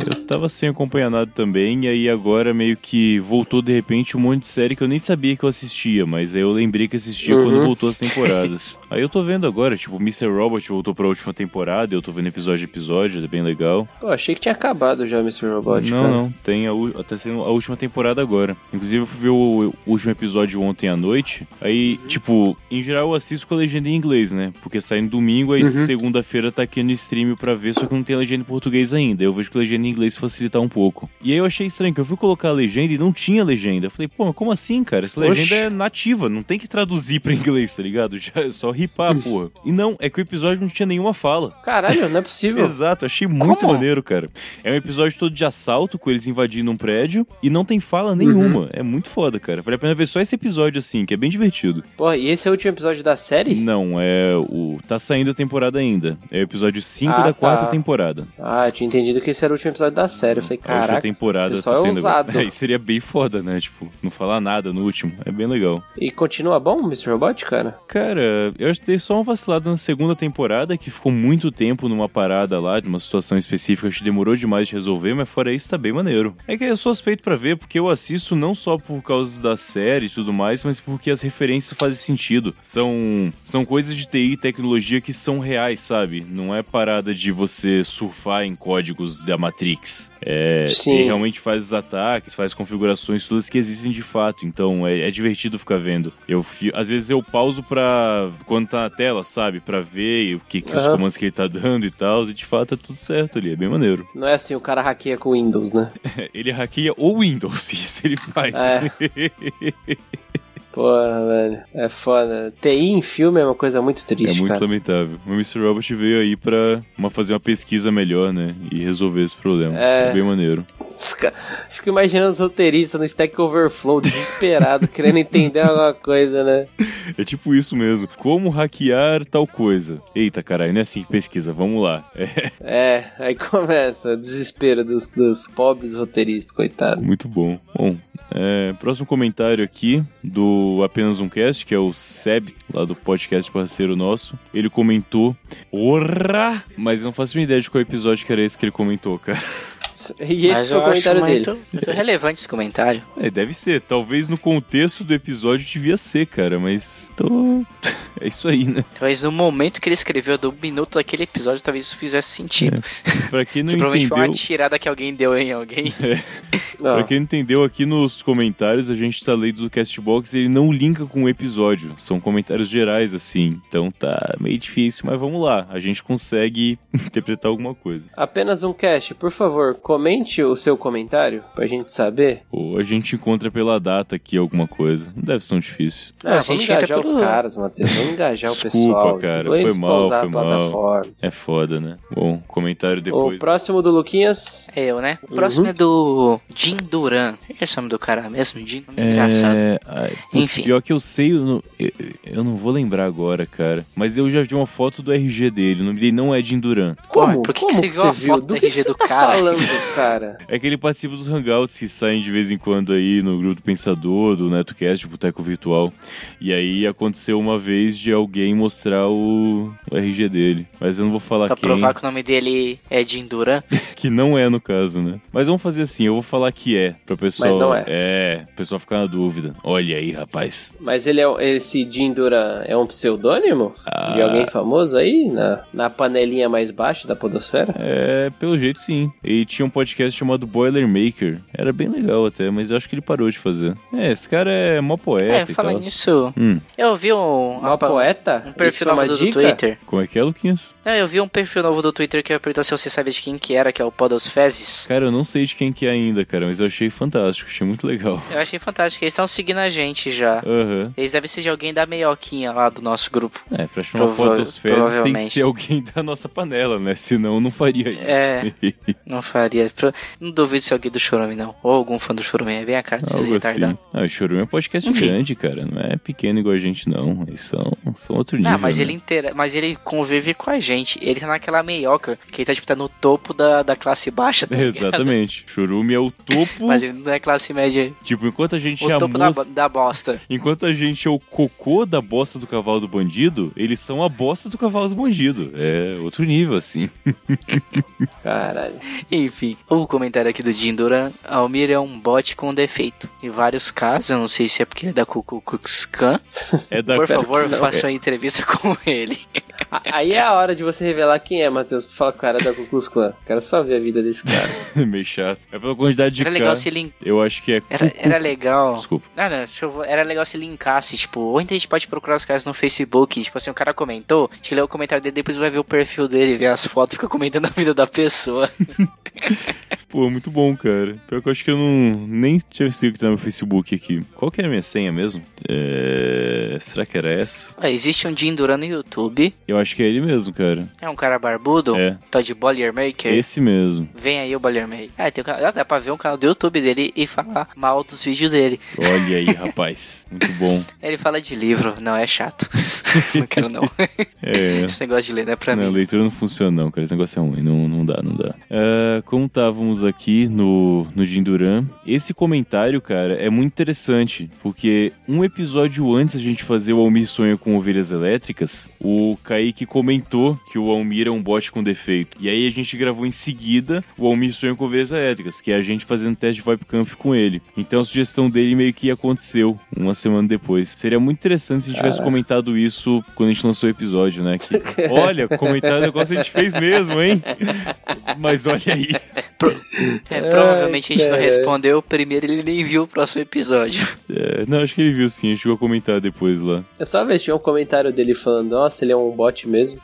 Speaker 2: Eu tava sem acompanhar nada também, e aí agora meio que voltou de repente um monte de série que eu nem sabia que eu assistia, mas aí eu lembrei que assistia
Speaker 1: Uhum.
Speaker 2: quando voltou as temporadas. aí eu tô vendo agora, tipo, Mr. Robot voltou pra última temporada, eu tô vendo episódio a episódio, é bem legal.
Speaker 1: Pô, achei que tinha acabado já Mr. Robot.
Speaker 2: não,
Speaker 1: cara.
Speaker 2: não, tem a, u- tá sendo a última temporada agora. Inclusive eu fui ver o, o último episódio ontem à noite, aí, tipo, em geral eu assisto com a legenda em inglês, né? Porque sai no domingo, aí segunda-feira tá aqui no stream pra ver, só que não tem legenda em português ainda. Eu vejo que a legenda em inglês facilitar um pouco. E aí eu achei estranho que eu fui colocar a legenda e não tinha legenda. Eu falei, pô, mas como assim, cara? Essa legenda
Speaker 1: Oxe.
Speaker 2: é nativa, não tem que traduzir pra inglês, tá ligado? Já é só ripar, porra. E não, é que o episódio não tinha nenhuma fala.
Speaker 1: Caralho, não é possível.
Speaker 2: Exato, achei muito
Speaker 3: Como?
Speaker 2: maneiro, cara. É um episódio todo de assalto, com eles invadindo um prédio, e não tem fala
Speaker 1: Uhum.
Speaker 2: nenhuma. É muito foda, cara. Vale a pena ver só esse episódio assim, que é bem divertido.
Speaker 1: Pô, e esse é o último episódio da série?
Speaker 2: Não, é o. Tá saindo a temporada ainda. É o episódio 5
Speaker 1: Ah,
Speaker 2: da quarta
Speaker 1: tá.
Speaker 2: temporada. é
Speaker 1: Ah, eu tinha entendido que esse era o último episódio da série. Eu falei,
Speaker 2: a última
Speaker 1: caraca,
Speaker 2: temporada Tá
Speaker 1: só é
Speaker 2: saindo agora.
Speaker 1: ousado.
Speaker 2: Aí seria bem foda, né? Tipo, não falar nada no último. É bem legal.
Speaker 1: E continua bom o Mr. Robot, cara?
Speaker 2: Cara, eu acho que dei só uma vacilada na segunda temporada, que ficou muito tempo numa parada lá, de uma situação específica que demorou demais de resolver, mas fora isso tá bem maneiro. É que eu sou suspeito pra ver, porque eu assisto não só por causa da série e tudo mais, mas porque as referências fazem sentido. São, são coisas de TI e tecnologia que são reais, sabe? Não é parada de você surfar em códigos da Matrix. É,
Speaker 1: Sim.
Speaker 2: ele realmente faz os ataques, faz configurações todas que existem de fato. Então é, é divertido ficar vendo. Eu fi- às vezes eu pauso pra quando tá na tela, sabe, Pra ver o que, que os
Speaker 1: Aham.
Speaker 2: comandos que ele tá dando e tal. E de fato é tudo certo ali, é bem maneiro.
Speaker 1: Não é assim, o cara hackeia com Windows, né?
Speaker 2: É, Ele hackeia o Windows, isso ele faz.
Speaker 1: É.
Speaker 2: É
Speaker 1: Porra, velho. É foda. TI em filme é uma coisa muito
Speaker 2: É
Speaker 1: triste,
Speaker 2: muito
Speaker 1: cara.
Speaker 2: lamentável. O Mr. Robot veio aí pra uma, fazer uma pesquisa melhor, né? E resolver esse problema.
Speaker 1: É.
Speaker 2: É. Bem maneiro.
Speaker 1: Os ca- Fico imaginando os roteiristas no Stack Overflow, desesperado, querendo entender alguma coisa, né?
Speaker 2: É tipo isso mesmo. Como hackear tal coisa? Eita, caralho, não é assim que pesquisa, vamos lá. É
Speaker 1: É, aí começa o desespero dos, dos pobres roteiristas, coitado.
Speaker 2: muito bom. Bom, é, próximo comentário aqui do Apenas Um Cast, que é o Seb, lá do podcast parceiro nosso. Ele comentou. Orra! Mas eu não faço nenhuma ideia de qual episódio que era esse que ele comentou, cara.
Speaker 1: E esse
Speaker 3: Mas
Speaker 1: foi
Speaker 3: eu
Speaker 1: o
Speaker 3: acho
Speaker 1: comentário dele.
Speaker 3: muito, muito relevante esse comentário.
Speaker 2: É, deve ser. Talvez no contexto do episódio devia ser, cara, mas tô. É isso aí, né?
Speaker 3: Talvez no momento que ele escreveu, do minuto daquele episódio, talvez isso fizesse sentido.
Speaker 2: Pra quem não
Speaker 3: que provavelmente foi um
Speaker 2: entendeu.
Speaker 3: uma tirada que alguém deu em alguém. Tá.
Speaker 1: Ó,
Speaker 2: Pra quem não entendeu, aqui nos comentários a gente tá lendo do Castbox ele não linka com o episódio. São comentários gerais, assim. Então tá meio difícil, mas vamos lá. A gente consegue interpretar alguma coisa.
Speaker 1: Apenas um cast, por favor, comente o seu comentário pra gente saber.
Speaker 2: Ou a gente encontra pela data aqui alguma coisa. Não deve ser tão difícil.
Speaker 3: Ah, a
Speaker 1: Ah,
Speaker 3: gente
Speaker 1: vamos engajar
Speaker 3: entra
Speaker 1: os
Speaker 3: pelo-
Speaker 1: caras, Matheus. Vamos engajar o
Speaker 2: Desculpa,
Speaker 1: pessoal.
Speaker 2: cara,
Speaker 1: Depois
Speaker 2: foi
Speaker 1: eles
Speaker 2: mal,
Speaker 1: pausar a
Speaker 2: foi mal.
Speaker 1: plataforma.
Speaker 2: É foda, né? Bom, comentário
Speaker 1: O
Speaker 2: depois.
Speaker 1: próximo do Luquinhas.
Speaker 3: É eu, né? O próximo
Speaker 1: Uhum.
Speaker 3: é do Jim Duran. Esse é o nome do cara mesmo? Jim? Nome
Speaker 2: É,
Speaker 3: Engraçado.
Speaker 2: ai, putz,
Speaker 3: Enfim.
Speaker 2: Pior que eu sei, eu não, eu, eu não vou lembrar agora, cara. Mas eu já vi uma foto do RG dele. O nome dele não é Jim Duran.
Speaker 1: Como?
Speaker 3: Por que que
Speaker 1: Como
Speaker 3: você viu a foto
Speaker 1: Do
Speaker 3: do
Speaker 1: que
Speaker 3: RG
Speaker 1: que
Speaker 3: do
Speaker 1: você tá
Speaker 3: cara?
Speaker 1: falando, cara?
Speaker 2: É que ele participa dos hangouts que saem de vez em quando aí no grupo do Pensador, do Netocast, do Boteco Virtual. E aí aconteceu uma vez de alguém mostrar o, o RG dele. Mas eu não vou falar
Speaker 3: Pra
Speaker 2: quem,
Speaker 3: provar que o nome dele é Jim Duran.
Speaker 2: que não é no caso, né? Mas vamos fazer assim, eu vou falar que é, pra pessoal...
Speaker 1: Mas não é.
Speaker 2: É, o pessoal ficar na dúvida. Olha aí, rapaz.
Speaker 1: Mas ele é esse Jim Duran é um pseudônimo? De
Speaker 3: Ah.
Speaker 1: alguém famoso aí? Na, na panelinha mais baixa da podosfera?
Speaker 2: É, pelo jeito sim. E tinha um podcast chamado Boilermaker. Era bem legal até, mas eu acho que ele parou de fazer. É, esse cara é mó poeta
Speaker 3: É,
Speaker 2: e
Speaker 3: falando
Speaker 2: tal.
Speaker 3: nisso,
Speaker 2: Hum,
Speaker 3: eu vi um,
Speaker 1: Uma
Speaker 3: apa-
Speaker 1: poeta?
Speaker 3: um
Speaker 1: Isso
Speaker 3: perfil
Speaker 1: foi uma
Speaker 3: novo do
Speaker 1: dica?
Speaker 3: Twitter.
Speaker 2: como é que é, Luquinhas?
Speaker 3: Não, eu vi um perfil novo do Twitter que eu ia perguntar se você sabe de quem que era, que é o Podos Fezes.
Speaker 2: Cara, eu não sei de quem que é ainda, cara, mas eu achei fantástico, achei muito legal.
Speaker 3: Eu achei fantástico, eles estão seguindo a gente já.
Speaker 2: Aham.
Speaker 3: Eles devem ser de alguém da meioquinha lá do nosso grupo.
Speaker 2: É, pra chamar
Speaker 3: Prova-
Speaker 2: fotos fezes tem que
Speaker 3: provavelmente.
Speaker 2: ser alguém da nossa panela, né? Senão eu não faria isso.
Speaker 3: É. Não faria. pro- Não duvido se alguém do Chorume, não. Ou algum fã do Chorume. É bem a cara desses
Speaker 2: Algo assim.
Speaker 3: retardados.
Speaker 2: Ah, o Chorume é um podcast
Speaker 3: Enfim.
Speaker 2: grande, cara. Não é pequeno igual a gente, não. Eles são, são outro nível.
Speaker 3: Ah, mas
Speaker 2: né?
Speaker 3: ele intera... mas ele convive com a gente. Ele tá naquela meioca, que ele tá, tipo, tá no topo da, da classe baixa. tá ligado?
Speaker 2: Exatamente. Chorume é o topo.
Speaker 3: Mas ele não é classe média.
Speaker 2: Tipo, enquanto a gente
Speaker 3: O
Speaker 2: é a
Speaker 3: topo da,
Speaker 2: moça-
Speaker 3: da bosta.
Speaker 2: Enquanto a gente é o cocô da bosta do cavalo do bandido, eles são a bosta do cavalo do bandido. É outro nível, assim.
Speaker 1: Caralho.
Speaker 3: Enfim, o comentário aqui do Jim Duran. Almir é um bot com defeito. Em vários casos, eu não sei se é porque ele é da Kukukukskan.
Speaker 2: É da
Speaker 3: Por
Speaker 1: espero
Speaker 3: favor,
Speaker 1: que não.
Speaker 2: é.
Speaker 3: faça uma entrevista com ele.
Speaker 1: A- Aí é a hora de você revelar quem é, Matheus, pra falar com o cara da Cucuz Clã. Quero só ver a vida desse cara.
Speaker 2: meio chato. É pela quantidade de
Speaker 3: Era legal
Speaker 2: cara.
Speaker 3: se ele.
Speaker 2: Eu acho que é.
Speaker 3: Era,
Speaker 2: cucu.
Speaker 3: era legal.
Speaker 2: Desculpa.
Speaker 3: Ah, Não, não, deixa eu- era legal se linkasse, tipo, ou então a gente pode procurar os caras no Facebook, tipo assim, o cara comentou, a gente lê o comentário dele, depois vai ver o perfil dele, ver as fotos, fica comentando a vida da pessoa.
Speaker 2: Pô, muito bom, cara. Pior que eu acho que eu não. Nem tinha visto o que tá no Facebook aqui. Qual que é a minha senha mesmo? É. Será que era essa?
Speaker 3: Ó, existe um Jim Duran no YouTube,
Speaker 2: Eu acho que é ele mesmo, cara.
Speaker 3: é um cara barbudo,
Speaker 2: É.
Speaker 3: Todd Boilermaker.
Speaker 2: Esse mesmo.
Speaker 3: Vem aí o Boilermaker. Ah, tem um canal, dá pra ver um canal do YouTube dele e falar mal dos vídeos dele.
Speaker 2: Olha aí, rapaz. Muito bom.
Speaker 3: Ele fala de livro, não, é chato. não quero não.
Speaker 2: É.
Speaker 3: Esse negócio de ler não é pra
Speaker 2: Não,
Speaker 3: mim.
Speaker 2: leitura não funciona, não, cara. Esse negócio é ruim. Não, não dá, não dá. Ah, como estávamos aqui no, no Jim Duran, esse comentário, cara, é muito interessante. Porque um episódio antes da gente fazer o Almir Sonha com Ovelhas Elétricas, o Kaique comentou que o Almir é um bot com defeito. E aí a gente gravou em seguida o Almir Sonha com Ovelhas Elétricas, que é a gente fazendo teste de webcamp com ele. Então a sugestão dele meio que aconteceu uma semana depois. Seria muito interessante se a gente tivesse comentado isso quando a gente lançou o episódio, né? Que, olha, comentário é um negócio que a gente fez mesmo, hein? Mas olha aí.
Speaker 3: É, provavelmente a gente não
Speaker 1: cara.
Speaker 3: respondeu o primeiro, ele nem viu o próximo episódio.
Speaker 2: É, não, acho que ele viu sim, ele chegou a comentar depois lá.
Speaker 1: É só ver, tinha um comentário dele falando, nossa, ele é um bot mesmo.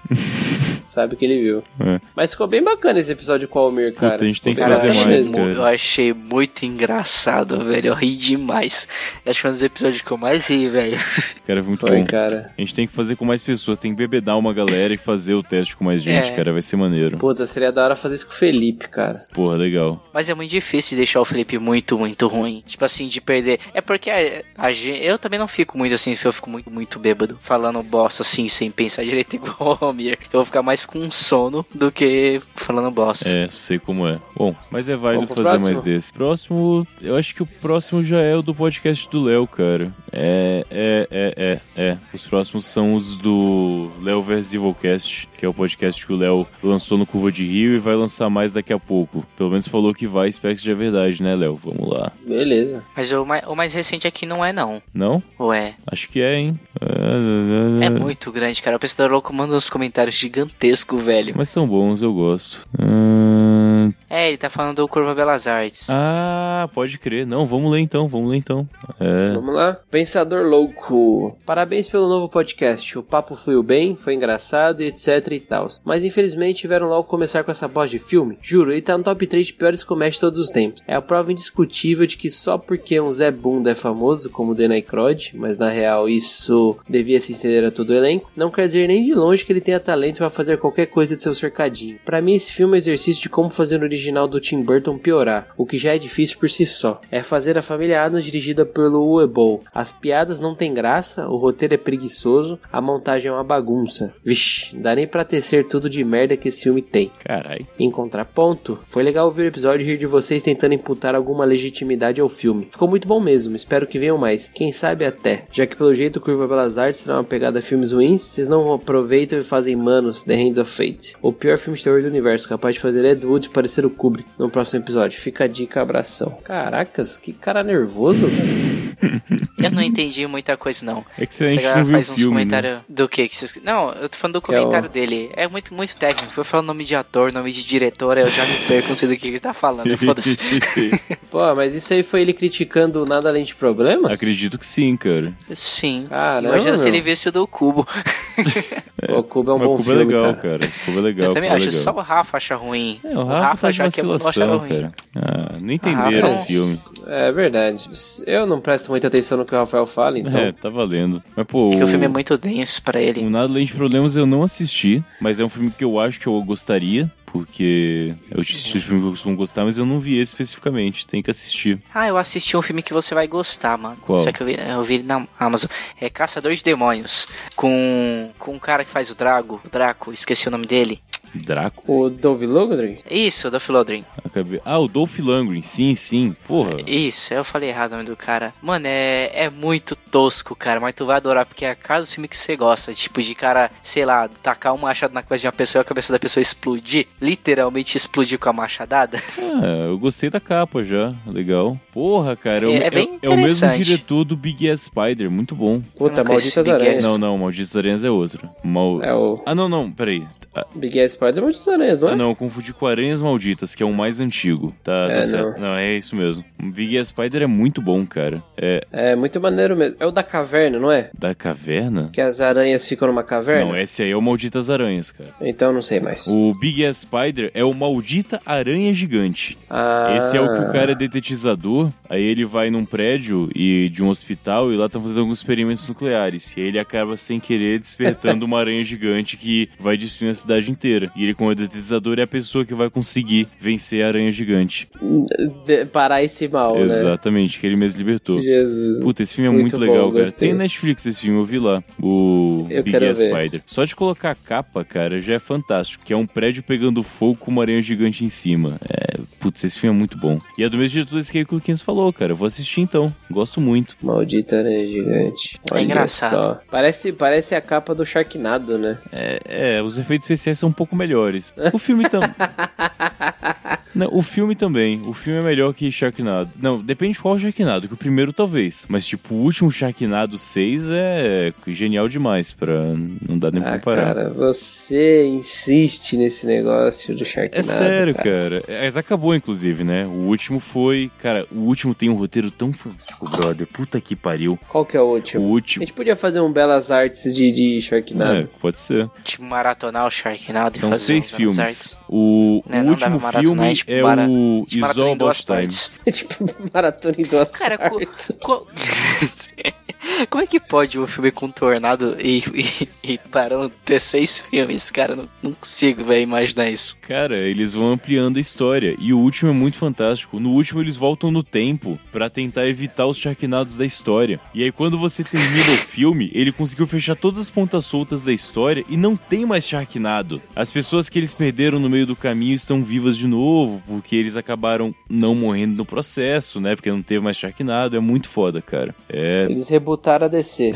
Speaker 1: sabe que ele viu.
Speaker 2: É.
Speaker 1: Mas ficou bem bacana esse episódio com o Almir, cara.
Speaker 2: Puta, a gente tem que
Speaker 1: Ficou bem
Speaker 2: fazer
Speaker 1: bacana
Speaker 3: achei
Speaker 2: mais,
Speaker 1: mesmo.
Speaker 3: mu-
Speaker 2: cara.
Speaker 3: eu achei muito engraçado, velho. Eu ri demais. Acho que foi um dos episódios que eu mais ri, velho.
Speaker 2: Cara, foi muito
Speaker 1: Foi,
Speaker 2: bom.
Speaker 1: cara.
Speaker 2: A gente tem que fazer com mais pessoas, tem que bebedar uma galera e fazer o teste com mais gente,
Speaker 3: É.
Speaker 2: cara. Vai ser maneiro.
Speaker 1: Puta, seria da hora fazer isso com o Felipe, cara.
Speaker 2: Porra, legal.
Speaker 3: Mas é muito difícil de deixar o Felipe muito, muito ruim. Tipo assim, de perder. É porque a, a gente, eu também não fico muito assim, se eu fico muito, muito bêbado. Falando bosta assim, sem pensar direito igual o Almir. Eu vou ficar mais com sono do que falando bosta.
Speaker 2: É, sei como é. Bom, mas é válido
Speaker 1: Vamos pro
Speaker 2: fazer
Speaker 1: próximo?
Speaker 2: mais desse. Próximo, eu acho que o próximo já é o do podcast do Léo, cara. É, é, é, é, é. Os próximos são os do Léo vs Evilcast, que é o podcast que o Léo lançou no Curva de Rio e vai lançar mais daqui a pouco. Pelo menos falou que vai, espero que seja verdade, né, Léo? Vamos lá.
Speaker 1: Beleza.
Speaker 3: Mas o mais, o mais recente aqui não é, não.
Speaker 2: Não?
Speaker 3: Ou é?
Speaker 2: Acho que é, hein?
Speaker 3: É muito grande, cara. O pensador louco manda uns comentários gigantescos, velho.
Speaker 2: Mas são bons, eu gosto. Ahn,
Speaker 3: É, ele tá falando do Curva Belas Artes.
Speaker 2: Ah, pode crer. Não, vamos ler então, vamos ler então. É.
Speaker 1: Vamos lá. Pensador Louco. Parabéns pelo novo podcast. O papo fluiu bem, foi engraçado e etc e tal. Mas infelizmente tiveram logo começar com essa bosta de filme. Juro, ele tá no top 3 de piores comédias de todos os tempos. É a prova indiscutível de que só porque um Zé Bunda é famoso, como o The Nycrod, mas na real isso devia se estender a todo o elenco, não quer dizer nem de longe que ele tenha talento pra fazer qualquer coisa de seu cercadinho. Pra mim esse filme é um exercício de como fazer o original do Tim Burton piorar, o que já é difícil por si só. É fazer a família Adams dirigida pelo Uebol. As piadas não têm graça, o roteiro é preguiçoso, a montagem é uma bagunça. Vixe, não dá nem pra tecer tudo de merda que esse filme tem.
Speaker 2: Carai.
Speaker 1: Em contraponto, foi legal ouvir o episódio e rir de vocês tentando imputar alguma legitimidade ao filme. Ficou muito bom mesmo, espero que venham mais. Quem sabe até. Já que pelo jeito Curva Belas Artes terá uma pegada a filmes ruins, vocês não aproveitam e fazem Manos, The Hands of Fate. O pior filme de terror do universo, capaz de fazer Ed Wood parecer o Kubrick no próximo episódio. Fica a dica, abração. Caracas, que cara nervoso, velho.
Speaker 3: Eu não entendi muita coisa, não.
Speaker 2: É que se Uhum. a gente
Speaker 3: galera
Speaker 2: não viu o
Speaker 3: faz uns
Speaker 2: filme. né?
Speaker 3: comentários do que que vocês... Não, eu tô falando do comentário dele. É muito, muito técnico. Foi falar nome de ator, nome de diretora, eu já me perco, não sei do que ele tá falando. Foda-se.
Speaker 1: Pô, mas isso aí foi ele criticando o nada além de problemas?
Speaker 2: Acredito que sim, cara.
Speaker 3: É Sim.
Speaker 1: Caramba,
Speaker 3: Imagina se
Speaker 1: meu.
Speaker 3: ele visse o do Cubo.
Speaker 1: O Cuba é um
Speaker 2: Mas
Speaker 1: bom
Speaker 2: Cuba
Speaker 1: filme,
Speaker 2: é legal,
Speaker 1: cara.
Speaker 2: cara. Cuba é legal.
Speaker 3: eu também
Speaker 2: Cuba é
Speaker 3: acho,
Speaker 2: legal.
Speaker 3: só o Rafa acha ruim.
Speaker 2: É, o Rafa tá de
Speaker 3: achava que é eu não
Speaker 2: vacilação,
Speaker 3: achava ruim.
Speaker 2: cara. Ah, não entenderam
Speaker 3: Ah,
Speaker 2: o filme.
Speaker 1: É verdade. Eu não presto muita atenção no que o Rafael fala, então.
Speaker 2: É, tá valendo. Mas, pô,
Speaker 3: É que o filme é
Speaker 2: o- Hum.
Speaker 3: muito denso pra ele.
Speaker 2: O Nada Além de Problemas eu não assisti, mas é um filme que eu acho que eu gostaria, porque é o estilo de filme que eu costumo gostar, mas eu não vi esse especificamente. Tem que assistir.
Speaker 3: Ah, eu assisti um filme que você vai gostar, mano.
Speaker 2: Qual?
Speaker 3: Só que eu vi, eu vi ele na Amazon. É Caçador de Demônios. Com, com um cara que faz o Drago, o Draco, esqueci o nome dele.
Speaker 2: Draco?
Speaker 1: O Dove Lugdry?
Speaker 3: Isso, da Philodrin.
Speaker 2: Acabei... Ah, o Dolph Lundgren. Sim, sim. Porra.
Speaker 3: Isso, eu falei errado o nome do cara. Mano, é, é muito tosco, cara, mas tu vai adorar, porque é a cara do filme que você gosta. Tipo, de cara, sei lá, tacar um machado na cabeça de uma pessoa e a cabeça da pessoa explodir. Literalmente explodir com a machadada.
Speaker 2: Ah, eu gostei da capa já. Legal. Porra, cara. É, o-
Speaker 3: É
Speaker 2: é-
Speaker 3: bem
Speaker 2: é o mesmo
Speaker 3: interessante.
Speaker 2: diretor do Big Ass Spider. Muito bom.
Speaker 1: Puta,
Speaker 3: Eu nunca assisti
Speaker 1: Malditas
Speaker 3: Big
Speaker 1: Aranhas.
Speaker 3: Ass.
Speaker 2: Não, não. Malditos Aranhas é outro. Mal...
Speaker 1: É o
Speaker 2: Ah, não, não. Peraí. Ah,
Speaker 1: Big Ass Spider é Malditas Aranhas, não é?
Speaker 2: Ah, não, eu confundi com Aranhas Malditas, que é o mais antigo. Tá,
Speaker 1: É,
Speaker 2: tá certo. Não. é isso mesmo. O Big Ass Spider é muito bom, cara. É
Speaker 1: É muito maneiro mesmo. É o da caverna, não é?
Speaker 2: da caverna?
Speaker 1: Que as aranhas ficam numa caverna?
Speaker 2: Não, esse aí é o Malditas Aranhas, cara.
Speaker 1: Então não sei mais.
Speaker 2: O Big Ass Spider é o Maldita Aranha Gigante.
Speaker 1: Ah,
Speaker 2: Esse é o que o cara é detetizador, aí ele vai num prédio e de um hospital e lá estão fazendo alguns experimentos nucleares. E aí ele acaba sem querer despertando uma aranha gigante que vai destruir a cidade inteira. E ele, como é detetizador, é a pessoa que vai conseguir vencer a aranha gigante.
Speaker 1: de- parar esse mal, né?
Speaker 2: Exatamente, que ele mesmo libertou.
Speaker 1: Jesus.
Speaker 2: Puta, esse filme é
Speaker 1: Muito
Speaker 2: muito, legal,
Speaker 1: bom,
Speaker 2: cara.
Speaker 1: gostei.
Speaker 2: Tem Netflix esse filme, eu vi lá. O
Speaker 1: Eu
Speaker 2: Big
Speaker 1: quero
Speaker 2: Ass
Speaker 1: ver.
Speaker 2: Spider. Só de colocar a capa, cara, já é fantástico. Que é um prédio pegando fogo com uma aranha gigante em cima. É, putz, esse filme é muito bom. E é do mesmo diretor desse que o Kins falou, cara. Eu Vou assistir então. Gosto muito.
Speaker 1: Maldita aranha gigante.
Speaker 3: É
Speaker 1: Olha
Speaker 3: engraçado.
Speaker 1: só. Parece, parece a capa do Sharknado, né?
Speaker 2: É, é, os efeitos especiais são um pouco melhores. O filme também. Não, o filme também. O filme é melhor que Sharknado. Não, depende de qual Sharknado, que o primeiro talvez. Mas, tipo, o último Sharknado 6 é genial demais pra não dar nem pra
Speaker 1: Ah,
Speaker 2: comparar.
Speaker 1: cara, você insiste nesse negócio do Sharknado.
Speaker 2: É sério,
Speaker 1: cara.
Speaker 2: cara. É, Mas acabou, inclusive, né? O último foi. Cara, o último tem um roteiro tão fantástico, brother. Puta que pariu.
Speaker 1: Qual que é o
Speaker 2: O
Speaker 1: último? A
Speaker 2: último.
Speaker 1: gente podia fazer um Belas Artes de, de Sharknado.
Speaker 2: É, pode ser.
Speaker 3: Tipo, maratonar o Sharknado e
Speaker 2: São
Speaker 3: fazer
Speaker 2: seis
Speaker 3: um Belas
Speaker 2: filmes.
Speaker 3: Artes.
Speaker 2: O, o
Speaker 3: Né, não dá
Speaker 2: último
Speaker 3: pra maratonar, a
Speaker 2: filme
Speaker 3: gente
Speaker 2: é
Speaker 3: para- a
Speaker 2: o
Speaker 3: gente
Speaker 2: Is
Speaker 3: maratona
Speaker 2: All
Speaker 3: em Tipo, duas
Speaker 2: About Time.
Speaker 3: partes.
Speaker 1: tipo, maratona em duas
Speaker 3: Cara, co-
Speaker 1: partes.
Speaker 3: co- como é que pode um filme com Tornado e, e, e Barão ter seis filmes? Cara, não, não consigo, velho, imaginar isso.
Speaker 2: Cara, eles vão ampliando a história. E o último é muito fantástico. No último, eles voltam no tempo pra tentar evitar os charquinados da história. E aí, quando você termina o filme, ele conseguiu fechar todas as pontas soltas da história e não tem mais charquinado. As pessoas que eles perderam no meio do caminho estão vivas de novo, porque eles acabaram não morrendo no processo, né? Porque não teve mais charquinado. É muito foda, cara. É.
Speaker 1: Eles rebutaram a DC.